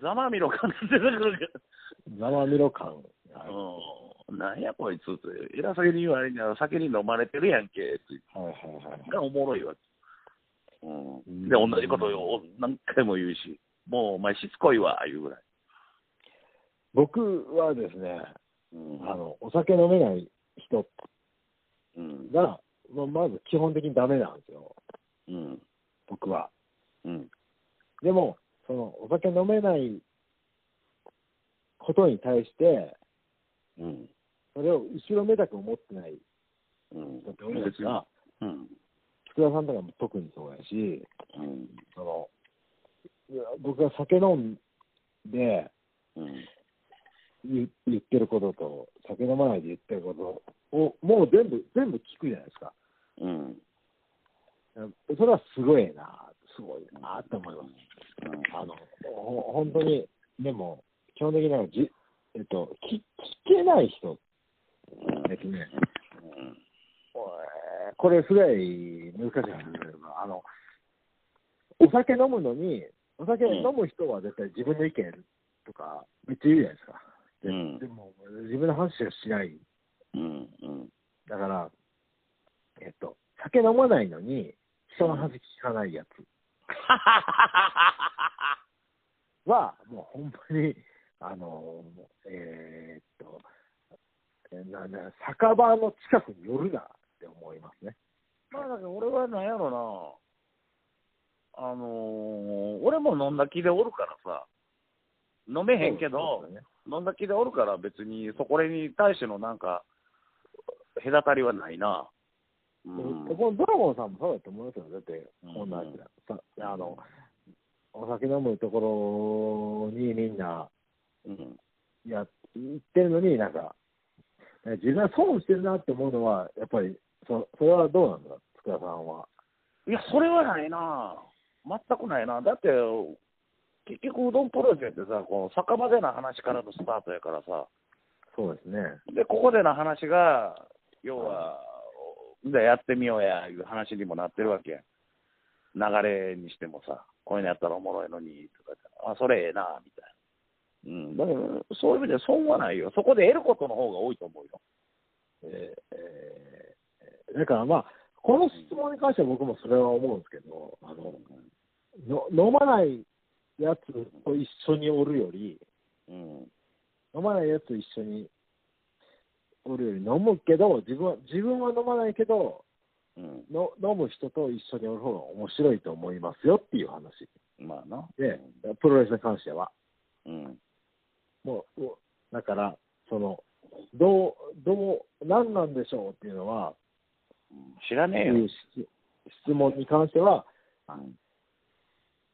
S1: ざまあみろ感じ出てくるけど。
S2: ざまみろ感。はい。
S1: うん、なんやこいつって、偉そうに言われんやろ、酒に飲まれてるやんけって、
S2: はいはいはい。
S1: がおもろいわけ。うん、で、
S2: うん
S1: 同じことを何回も言うし、もうお前しつこいわ、いうぐらい。
S2: 僕はですね、
S1: うん
S2: あの、お酒飲めない人
S1: うん
S2: が、まあまず基本的にダメなんですよ、
S1: うん
S2: 僕は。
S1: うん
S2: でも、その、お酒飲めないことに対して、
S1: うん
S2: それを後ろめたく思ってない
S1: うん
S2: 人って多いですが、
S1: うん
S2: 福田さんとかも特にそうやし、
S1: うん
S2: そのいや僕が酒飲んで
S1: うん
S2: 言言ってることと、酒飲まないで言ってることを、もう全部、全部聞くじゃないですか。
S1: うん
S2: それはすごいな、すごいなって思います。あの、ほ本当に、でも、基本的にはじ、えっと、聞聞けない人ですね。
S1: うん
S2: おこれ、すごい難しい話だけどなあの、お酒飲むのに、お酒
S1: うん
S2: 飲む人は絶対自分の意見とか、めっちゃ言うじゃないですか。で,、
S1: うん
S2: でも、自分の話はしない。
S1: うんうん
S2: だから、えっと、酒飲まないのに、人の話聞かないやつは、もう本当に、あの、えーっと、えなな酒場の近くに寄るなって思いますね。
S1: まあだけど俺はなんやろな、あのー俺も飲んだ気でおるからさ、飲めへんけど、
S2: そうですよね
S1: 飲んだ気でおるから別にそこらに対してのなんか、隔たりはないな。う
S2: でこのドラゴンさんもそうだと思いますよ、だって、
S1: うん
S2: こんなさあのお酒飲むところにみんな
S1: うん
S2: や行ってるのに、なんか、え自分は損してるなって思うのは、やっぱりそそれはどうなんだ、つくらさんは。
S1: いや、それはないな、全くないな、だって、結局、うどんプロジェクトってさ、こう酒場での話からのスタートやからさ、
S2: そうですね、
S1: で、ここでの話が、要は、じゃあやってみようやいう話にもなってるわけやん流れにしてもさ、こういうのやったらおもろいのにとかって、あ、それええな、みたいな。うん、だからそういう意味で損はないよ、そこで得ることの方が多いと思うよ。
S2: えーえーだからまあ、この質問に関しては僕もそれは思うんですけど、あのの飲まないやつと一緒におるより、
S1: うん、
S2: 飲まないやつと一緒におるより飲むけど自分は自分は飲まないけど
S1: うん、
S2: の飲む人と一緒におる方が面白いと思いますよっていう話
S1: まあな。
S2: で、プロレスに関しては
S1: うん、
S2: もうもうだからそのどうどう何なんでしょうっていうのは
S1: 知らねえよ。
S2: いう質質問に関しては
S1: うん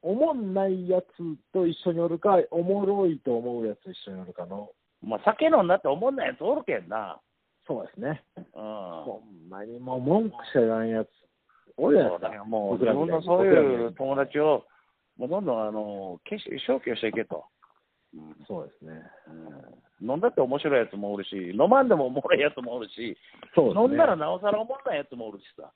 S2: 思んないやつと一緒におるかおもろいと思うやつと一緒におるかの
S1: まあ、酒飲んだって思んないやつおるけんな。
S2: そうですね
S1: うん。
S2: ほんまにもう文句しか言わんやつおるや
S1: そう
S2: つだ
S1: だよもう、
S2: 僕
S1: 自
S2: ら
S1: 分
S2: みたい
S1: の
S2: に
S1: そう
S2: 僕らみ
S1: い
S2: た
S1: う
S2: に
S1: 友達を、もうどんどん、あの、消し消去していけと。うん
S2: そうですね。
S1: うん飲んだって面白いやつもおるし、飲まんでもおもろいやつもおるし、
S2: そうですね。
S1: 飲んだらなおさらおもんないやつもおるしさ、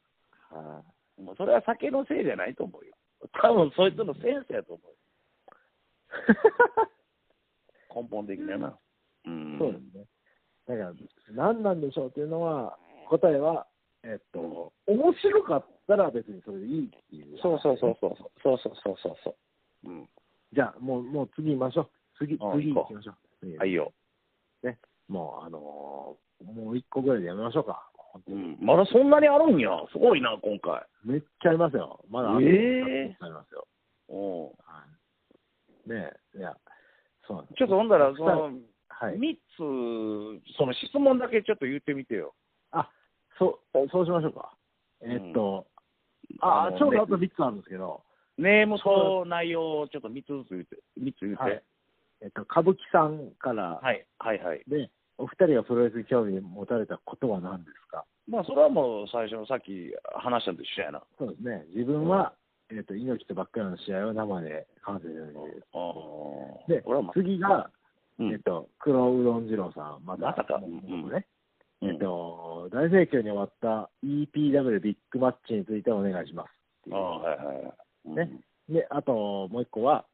S2: は
S1: もうそれは酒のせいじゃないと思うよ。多分そいつのセンスやと思 う。根本的だな。うん
S2: い、そうですね。だから、何なんでしょうっていうのは、答えは、えっと、面白かったら別にそれでいいっていう。
S1: そうそうそうそう。そうそうそうそうそう。うん。
S2: じゃあ、もう、もう次行きましょう。次、
S1: あ
S2: 次
S1: 行
S2: 行
S1: こう
S2: きましょう。次
S1: はいよ。
S2: もう、あのーもう一個ぐらいでやめましょうか。
S1: うん。まだそんなにあるんや。すごいな、今回。
S2: めっちゃありますよ。まだあと
S1: ええ
S2: ありますよ。
S1: うん。
S2: はい。ねえ、いや、そうなんです
S1: ちょっとほんだら、その、
S2: はい。
S1: 3つ、その質問だけちょっと言ってみてよ。
S2: あ、そう、そうしましょうか。えっと、あ、あ
S1: の
S2: ちょうどあと
S1: ね
S2: 3つあるんですけど、
S1: ネームと内容をちょっと3つずつ言って、三つ言って。
S2: はいえっと、歌舞伎さんから
S1: はい、はい、はい。
S2: で、お二人がプロレスに興味を持たれたことは何ですか、
S1: まあ、それはもう最初のさっき話したのと一緒やな。
S2: そうですね、自分は、えっと猪木とばっかりの試合を生で観戦してる
S1: あ
S2: で
S1: 俺はまあ、
S2: 次が、
S1: うん
S2: えっと、黒うどん二郎さん、また
S1: まさか
S2: もう
S1: うん
S2: ね、
S1: うん
S2: えっと、大盛況に終わった EPW ビッグマッチについてお願いしますってい
S1: あ
S2: う
S1: あ、はい、はい。
S2: ねで、あともう一個は、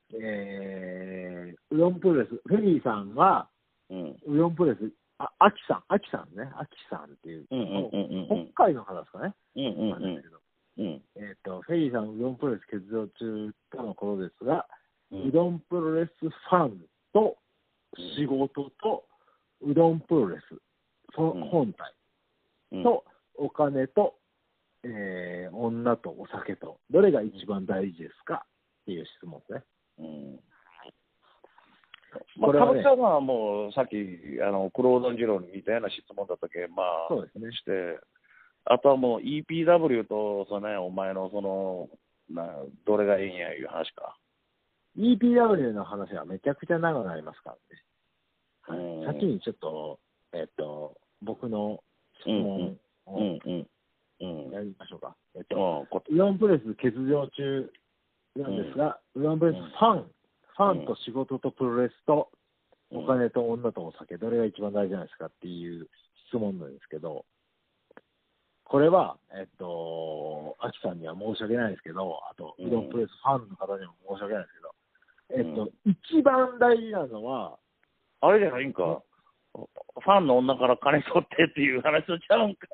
S2: えー、うどんプロレス、フェリーさんは、
S1: うん。うん。
S2: うどんプロレス、あ、アキさん、アキさんね、アキさんっていう、
S1: うんうんうんうん
S2: 北海道の方ですかね、
S1: うんうん
S2: わかんないけど
S1: うん
S2: えっと、フェリーさん、うどんプロレス欠場中とのことですが、
S1: う。
S2: うんどんプロレスファンと仕事と、うどんプロレス、そ
S1: うん
S2: の本体
S1: うん
S2: と、お金と、えー女とお酒と、どれが一番大事ですかっていう質問ですね。
S1: うんまあ、
S2: これ
S1: 歌舞
S2: は
S1: 伎
S2: ね
S1: さんはもうさっき、あの、黒田次郎に似たような質問だったけんまあ、
S2: そうですね。
S1: して、あとはもう EPW と、そのね、お前のその、などれがいいんやいう話か。
S2: EPW の話はめちゃくちゃ長くなりますからね。
S1: うん
S2: はい、先にちょっと、えっと、僕の質問
S1: う
S2: を
S1: んうん。うん。
S2: やりましょうか。えっと、
S1: うん、こ
S2: ウランプレス欠場中なんですが、ウランプレスファン、ファンと仕事とプロレスと、
S1: うん
S2: お金と女とお酒、どれが一番大事なんですかっていう質問なんですけど、これは、えっと、アキさんには申し訳ないですけど、あと、
S1: うん
S2: うどんプロレスファンの方にも申し訳ないですけど、えっと、
S1: う
S2: 一番大事なのは、
S1: あれじゃないんか、ファンの女から金取ってっていう話をちゃうんか。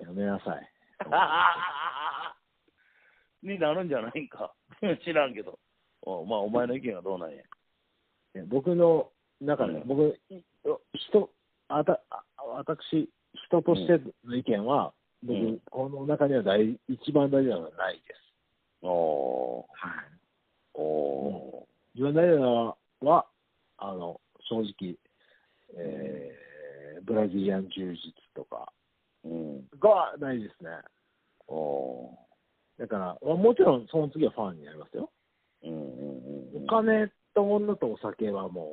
S2: やめなさい。
S1: になるんじゃないんか。知らんけど。おまあ、お前の意見はどうなんや。
S2: いや僕の中で、
S1: うん
S2: 僕、い人、あた、あ私、人としての意見は、僕、
S1: うん
S2: この中には大一番大事なのはないです。
S1: お
S2: はい。
S1: ーお
S2: 一番大事なのは、あの、正直、えー、ブラジリアン柔術とか
S1: ー、うん、
S2: が大事ですね。
S1: お
S2: だから、まあもちろんその次はファンになりますよ。
S1: ーうんうんうん
S2: お金と女とお酒はも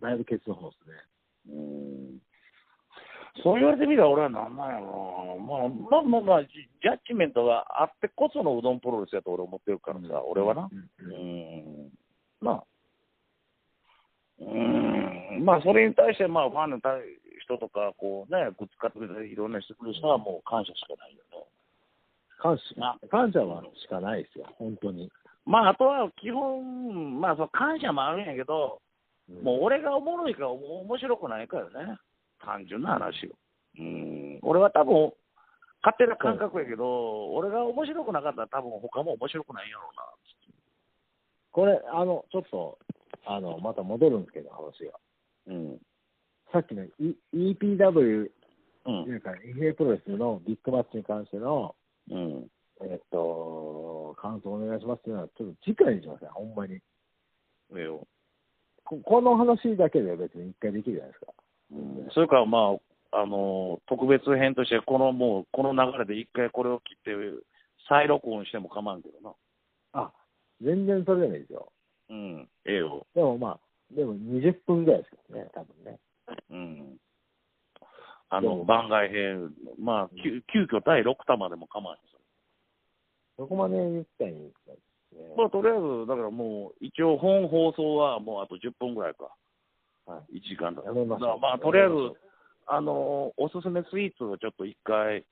S2: う、だいぶケツの方ですね。
S1: うんそう言われてみたら俺はなんなんやろな、まあ、まあまあまあジジャッジメントがあってこそのうどんプロレスやと俺思ってるからさ、俺はな
S2: う、ん
S1: う
S2: うん
S1: ん、まあ、うん、まあ、それに対して、まあ、ファンの対人とか、こうね、ぶつかってくれたり、いろんな人来る人は、もう感謝しかないよね。
S2: 感謝
S1: な、
S2: 感謝はしかないですよ、本当に。
S1: まあ、あとは、基本、まあ、その感謝もあるんやけど、もう俺がおもろいか、お面白くないかよね。単純な話よ。うん、俺は多分、勝手な感覚やけど、俺が面白くなかったら、多分他も面白くないんやろうな。
S2: これ、あの、ちょっと、あの、また戻るんですけど、話が。
S1: うん。
S2: さっきの、e、EPW、
S1: うん。
S2: なんか FA プロレスのビッグマッチに関しての、
S1: うん。
S2: えっと、感想お願いしますっていうのは、ちょっと次回にしません、ほんまに。
S1: ええよ。
S2: ここの話だけでは別に一回できるじゃないですか。
S1: それからまあ、あの特別編として、このもう、この流れで一回これを切って、再録音しても構わんけどな。
S2: あ、全然それでもいいですよ。
S1: うん、ええよ。
S2: でもまあ、でも20分ぐらいですからね、多分ね。
S1: うん。あ
S2: でも
S1: の、番外編、まあ、急急遽第6弾までも構わんです
S2: そこまで言ったらいいんですよね。
S1: まあ、とりあえず、だからもう、一応本放送はもうあと10分ぐらいか。
S2: は
S1: 1時間だ。
S2: やめまし
S1: だか
S2: ょう
S1: らまあ、とりあえず、あのおすすめスイーツをちょっと一回、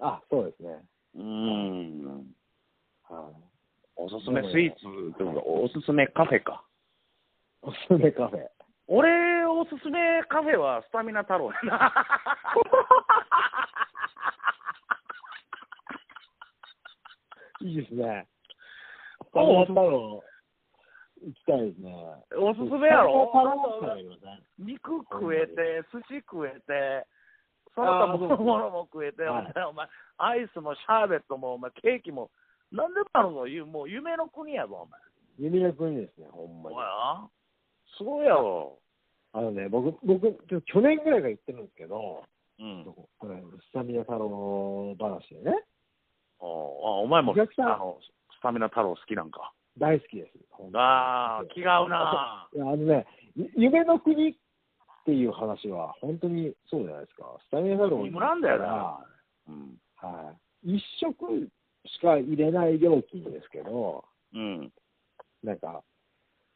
S2: あ、そうですね。
S1: うん、
S2: はい。
S1: おすすめスイーツというか、おすすめカフェか。
S2: おすすめカフェ。
S1: 俺、おすすめカフェはスタミナ太郎やな。
S2: いいですね。
S1: お
S2: あの、太郎、行きたいですね。
S1: おすすめやろ
S2: 太郎太郎行きません
S1: 肉食えて、寿司食えて、その他
S2: あ ー
S1: ものものも食えて、
S2: は
S1: お
S2: い
S1: 前、お前アイスもシャーベットも、お前、ケーキも、なんでもあるぞ、ゆもう夢の国やぞ、
S2: 夢の国ですね、ほん
S1: お
S2: ま
S1: 前。
S2: に
S1: お。やすごいやろ。
S2: あのね、僕、僕、ちょ去年ぐらいから行ってるんですけど、
S1: うん、
S2: これ、スタミナ太郎話でね、
S1: おあお前も
S2: お客さん
S1: あのスタミナ太郎好きなんか。
S2: 大好きです。ほんとに
S1: ああ、気が合うな。
S2: いやあのね、ゆ夢の国っていう話は、本当にそうじゃないですか。スタミナ太郎に行ったら
S1: なんだよなうん。
S2: はい、一食しか入れない料金ですけど、
S1: うん、
S2: なんか、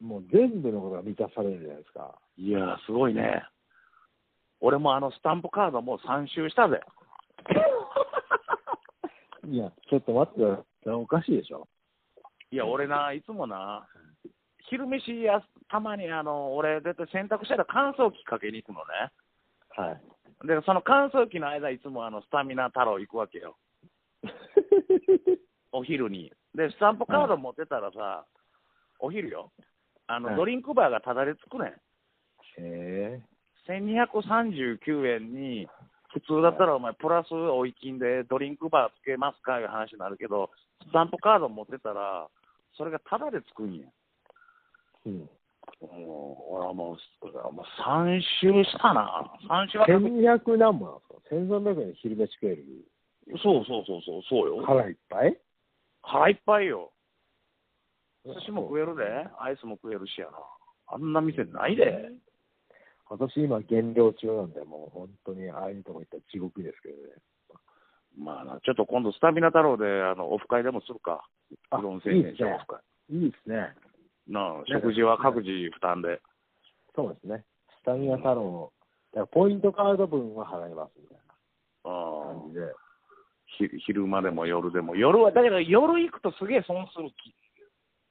S2: もう全部のことが満たされるじゃないですか。
S1: いやー、すごいね。俺もあのスタンプカードもう3周した ぜ。
S2: いや、ちょっと待ってよ、それおかしいでしょ。
S1: いや、俺な、いつもな、昼飯や、たまにあの俺、絶対洗濯したら乾燥機かけに行くの
S2: はい。
S1: ね。で、その乾燥機の間、いつもあのスタミナ太郎行くわけよ、お昼に。で、スタンプカード持ってたらさ、お昼よ、あの、
S2: はい
S1: ドリンクバーがただでつくねん。
S2: へえ。
S1: 1239円に、普通だったらお前、プラスおい金でドリンクバーつけますかいう話になるけど、スタンプカード持ってたら、それがタダでつくんや。
S2: うん。
S1: もう、俺はもう、俺はもう3周したな。3周は食べ
S2: 1200何本なんですか ?1300 円で昼飯食える。
S1: そうそうそうそう、そうよ。
S2: 腹いっぱい
S1: 腹いっぱいよ。寿司も食えるで、アイスも食えるしやな。あんな店ないで。
S2: 私今減量中なんで、もう本当にああいうとこ行ったら地獄ですけどね。
S1: まあな、ちょっと今度スタミナ太郎で、あの、オフ会でもするか。うどん
S2: い
S1: 製
S2: いで
S1: 品
S2: すね
S1: オフ会。
S2: いいですね。
S1: なあ、
S2: なんか
S1: 食事は各自負担で。
S2: そうですね。スタミナ太郎、だからポイントカード分は払いますみたいな。
S1: うん
S2: 感じで、
S1: ひ昼間でも夜でも夜はだから夜行くとすげえ損する気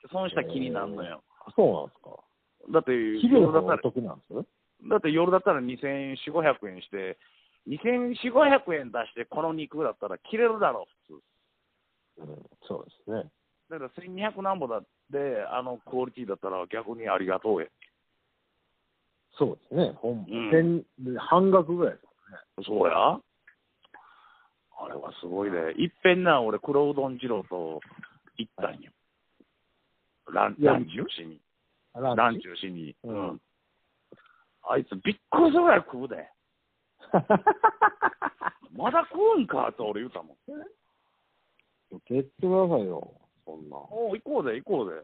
S1: 損した気になるのよ、
S2: あそうなんですか、
S1: だって
S2: 昼の
S1: 夜だった
S2: 方が
S1: ら
S2: お得なんです
S1: だって夜だったら2400500円して2400500円出してこの肉だったら切れるだろう普通
S2: うん、そうですね、
S1: だから1200何ぼだってあのクオリティだったら逆にありがとうや
S2: そうですね、ほ
S1: う
S2: ん
S1: ん
S2: 千半額ぐらいですかね、
S1: そうやあれはすごいねいっぺんな俺黒うどん二郎と行ったんよ、ラン
S2: いや
S1: ランチをしに
S2: あ
S1: ランチをしに、
S2: う
S1: うんん、あいつびっくりするぐらい食うでまだ食うんかって俺言うたもん
S2: 蹴ってくださいよ、そんな。行
S1: おう行こうぜ行こうぜ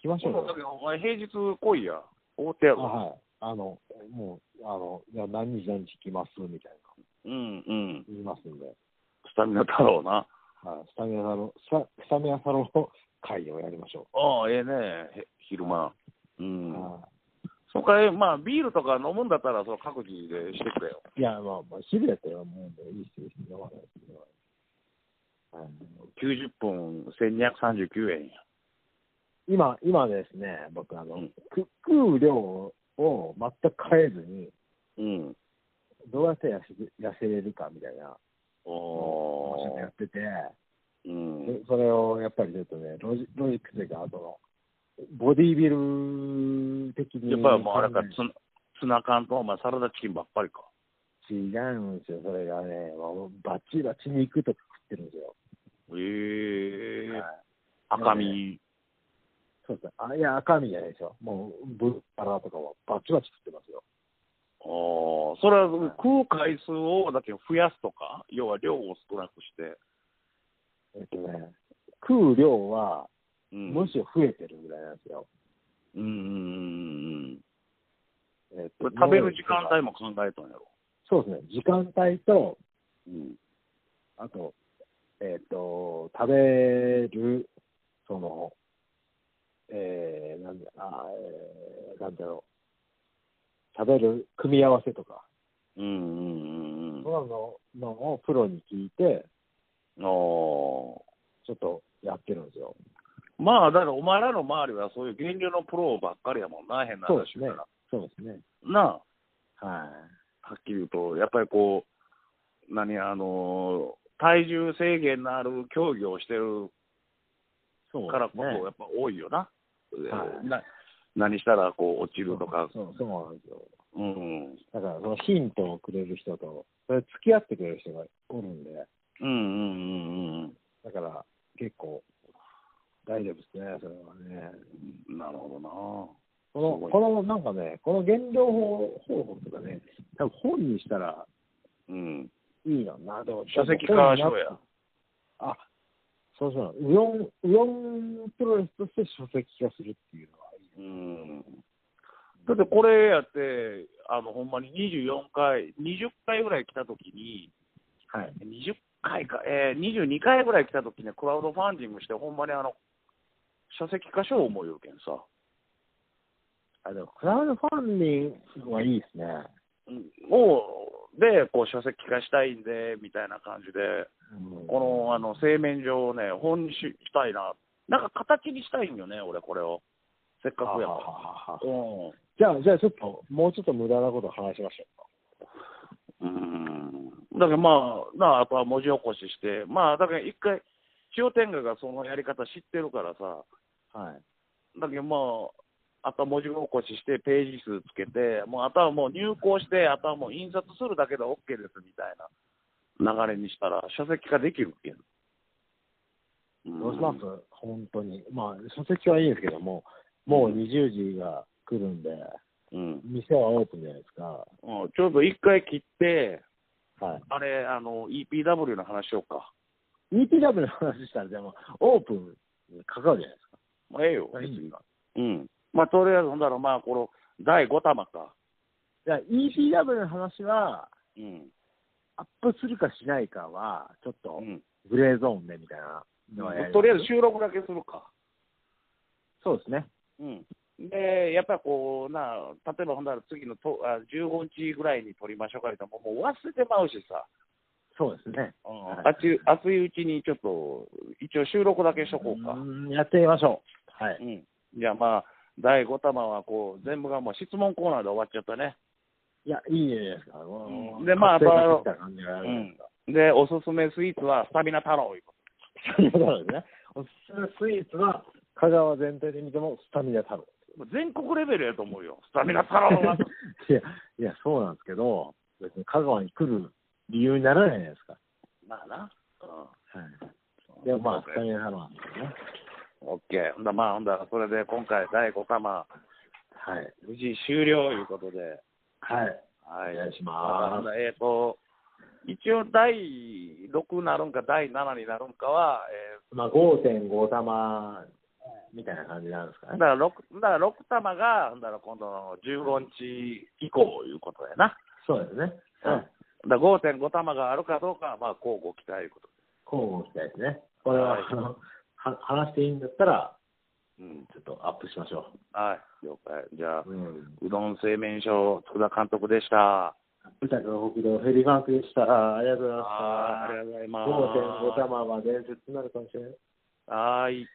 S2: きましょう
S1: 今度
S2: よ
S1: だけどお前平日来いや大手や
S2: あ
S1: ぞ
S2: はい。あの、もう、あの、いや何時何時来ますみたいな、
S1: うんうん
S2: 言いますんで、
S1: スタミナ太郎な
S2: はい。スタミナサロン、スタスタミナサロン会をやりましょ
S1: ああええねへ昼間う
S2: う。
S1: ん
S2: は
S1: その代わりまあビールとか飲むんだったらその各自でしてくれよ
S2: いいや、まあ、まあ、昼やったらもう、いいっすよ、いいっすよ。はい
S1: 90分1239円や
S2: 今、今ですね、僕、あの、
S1: うん
S2: く食う量を全く変えずに、
S1: うん
S2: どうやって痩せ痩せれるかみたいな、
S1: お
S2: ちょっとや
S1: お
S2: ってて、
S1: う
S2: で
S1: ん
S2: それをやっぱりちょっとね、ロジロジックというか、その、ボディービル的に。
S1: やっぱりもうあれか
S2: 考え
S1: ツナツナ缶とお前サラダチキンばっかりか
S2: 違うんですよ、それがね、もうバチバチ肉とか食ってるんですよ。
S1: ええ
S2: はい
S1: 赤身
S2: そうですね。あいや、赤身じゃないですよ。もう、ブッラとかはバチバチ食ってますよ。
S1: おそれは
S2: はい
S1: 食う回数をだけ増やすとか要は量を少なくして、
S2: えっとね、食う量は、
S1: うん、
S2: むしろ増えてるぐらいなんですよ。
S1: うんうんうんうん
S2: えっ
S1: ことれ食べる時間帯も考えたんやろ、
S2: そうですね。時間帯と、
S1: うん、
S2: あと、えっ、と、食べる、その、えー、なんだ、あーえーなんだろう、食べる組み合わせとか、
S1: うんうんうん
S2: そんなののをプロに聞いて、
S1: うんお
S2: ちょっとやってるんですよ。
S1: ーまあだからお前らの周りはそういう源流のプロばっかりやもんな変な
S2: そう
S1: 話
S2: ですね
S1: だか。
S2: そうですね。
S1: らなあ
S2: は
S1: はっきり言うとやっぱりこう何あのー体重制限のある競技をしてる
S2: い。そう
S1: からこそ、
S2: ね
S1: やっぱ多いよな。
S2: はい
S1: な何したらこう落ちるとか、
S2: そうそうそうなんですよ。
S1: うん、
S2: だから、そのヒントをくれる人と、それ付き合ってくれる人がおるんで、
S1: うんうんうんうん
S2: だから、結構、大丈夫ですね、それはね。
S1: うん、なるほど
S2: こ
S1: す
S2: の、
S1: ごい
S2: このなんかね、この原料方方法とかね、多分本にしたら
S1: な。うん。
S2: いいのにな、でも、
S1: 書籍化しようや。
S2: あ、そうそう、ウヨン、ウヨンプロレスとして書籍化するっていうのはいい。
S1: うん。だってこれやって、あのほんまに24回、20回ぐらい来たときに、
S2: はい。
S1: 20回か、えー、22回ぐらい来たときね、クラウドファンディングして、ほんまにあの、書籍化賞を思いよけんさ。
S2: あ、でも、クラウドファンディングはいいですね。
S1: うんを、で、こう書籍化したいんで、みたいな感じで、
S2: うん
S1: このあの製麺所をね、本にししたいな、なんか形にしたいんよね、俺、これを、せっかくや
S2: は
S1: か
S2: ははは
S1: ら。うん
S2: じゃあ、じゃあちょっと、もうちょっと無駄なこと話しましょ
S1: うんだからまあ、なああとは文字起こしして、まあ、だから一回、商店街がそのやり方知ってるからさ、
S2: うか。はい。
S1: だけどまあ、あとは文字起こしして、ページ数つけて、もうあとはもう入稿して、あとはもう印刷するだけで OK ですみたいな流れにしたら、書籍化できるけん。
S2: どうします、本当に。まあ、書籍はいいんですけども、もう20時が来るんで、
S1: うん、
S2: 店はオープンじゃないですか。
S1: うん、ちょうど一回切って、
S2: はい。
S1: あれ、あの、EPW の話しようか。
S2: EPW の話したら、でも、オープンにかかるじゃないですか。
S1: まあ、ええよ。
S2: あいいん
S1: うん。まあ、とりあえず、ほんだら、まあ、この、第5弾か。
S2: じゃあ、EPW の話は、
S1: うん。
S2: アップするかしないかは、ちょっ
S1: う
S2: と、
S1: ん。
S2: グレーゾーンでみたいなのはやります
S1: とりあえず、収録だけするか。
S2: そうですね。
S1: うん。で、やっぱりこう、な、例えばほんだら次のとあ15日ぐらいに撮りましょうか言うともうもう忘れてまうしさ。
S2: そうですね。
S1: あっち熱いうちにちょっと、一応収録だけしとこうか。
S2: んやってみましょう。は
S1: う
S2: い。
S1: ん。じゃあまあ、第5弾はこう、全部がもう質問コーナーで終わっちゃったね。
S2: いや、いいじゃないですか。もう
S1: でまあ
S2: 活性化してきた感じがあるじゃないですか
S1: うん。で、おすすめスイーツはスタミナ太郎いうこ
S2: スタミナ太郎ですね。おすすめスイーツは、香川全体で見てもスタミナ太郎。
S1: と。全国レベルやと思うよ。スタミナ太郎 は。
S2: いや、いや、そうなんですけど、別に香川に来る理由にならないじゃないですか。
S1: まあな。
S2: はい。でもまあ、スタミナ太郎なんですよね。
S1: オッケー。ほんだまあ、ほんだそれで今回第5弾、
S2: はい。
S1: 無事終了いうことで。
S2: はい。
S1: は
S2: お願いし
S1: あ
S2: ま
S1: のえっ、と、一応第6になるんか第7になるんかは、
S2: す。まあ、5.5玉みたいな感じなんです
S1: えー
S2: か
S1: だ
S2: ね。
S1: から6、だから六玉が、だから今度の15日以降いうことやな。
S2: そうですね。
S1: うん
S2: はい。
S1: だから5.5玉があるかどうかは、まあ、交互期待いうこと
S2: 交互期待ですね。これは、
S1: はい
S2: あの、は話していいんだったら、
S1: で。うん。
S2: ちょっとアップしましょ
S1: はい。了解。じゃあ、
S2: う。うん。
S1: うどん製麺所、佃監督でした。
S2: 歌の北道ヘリファンクでした。ありがとうございま
S1: あーありが
S2: し
S1: とうござい
S2: た。
S1: ま
S2: 5.5
S1: す。
S2: 玉は伝説になるかもしれない。
S1: はーい。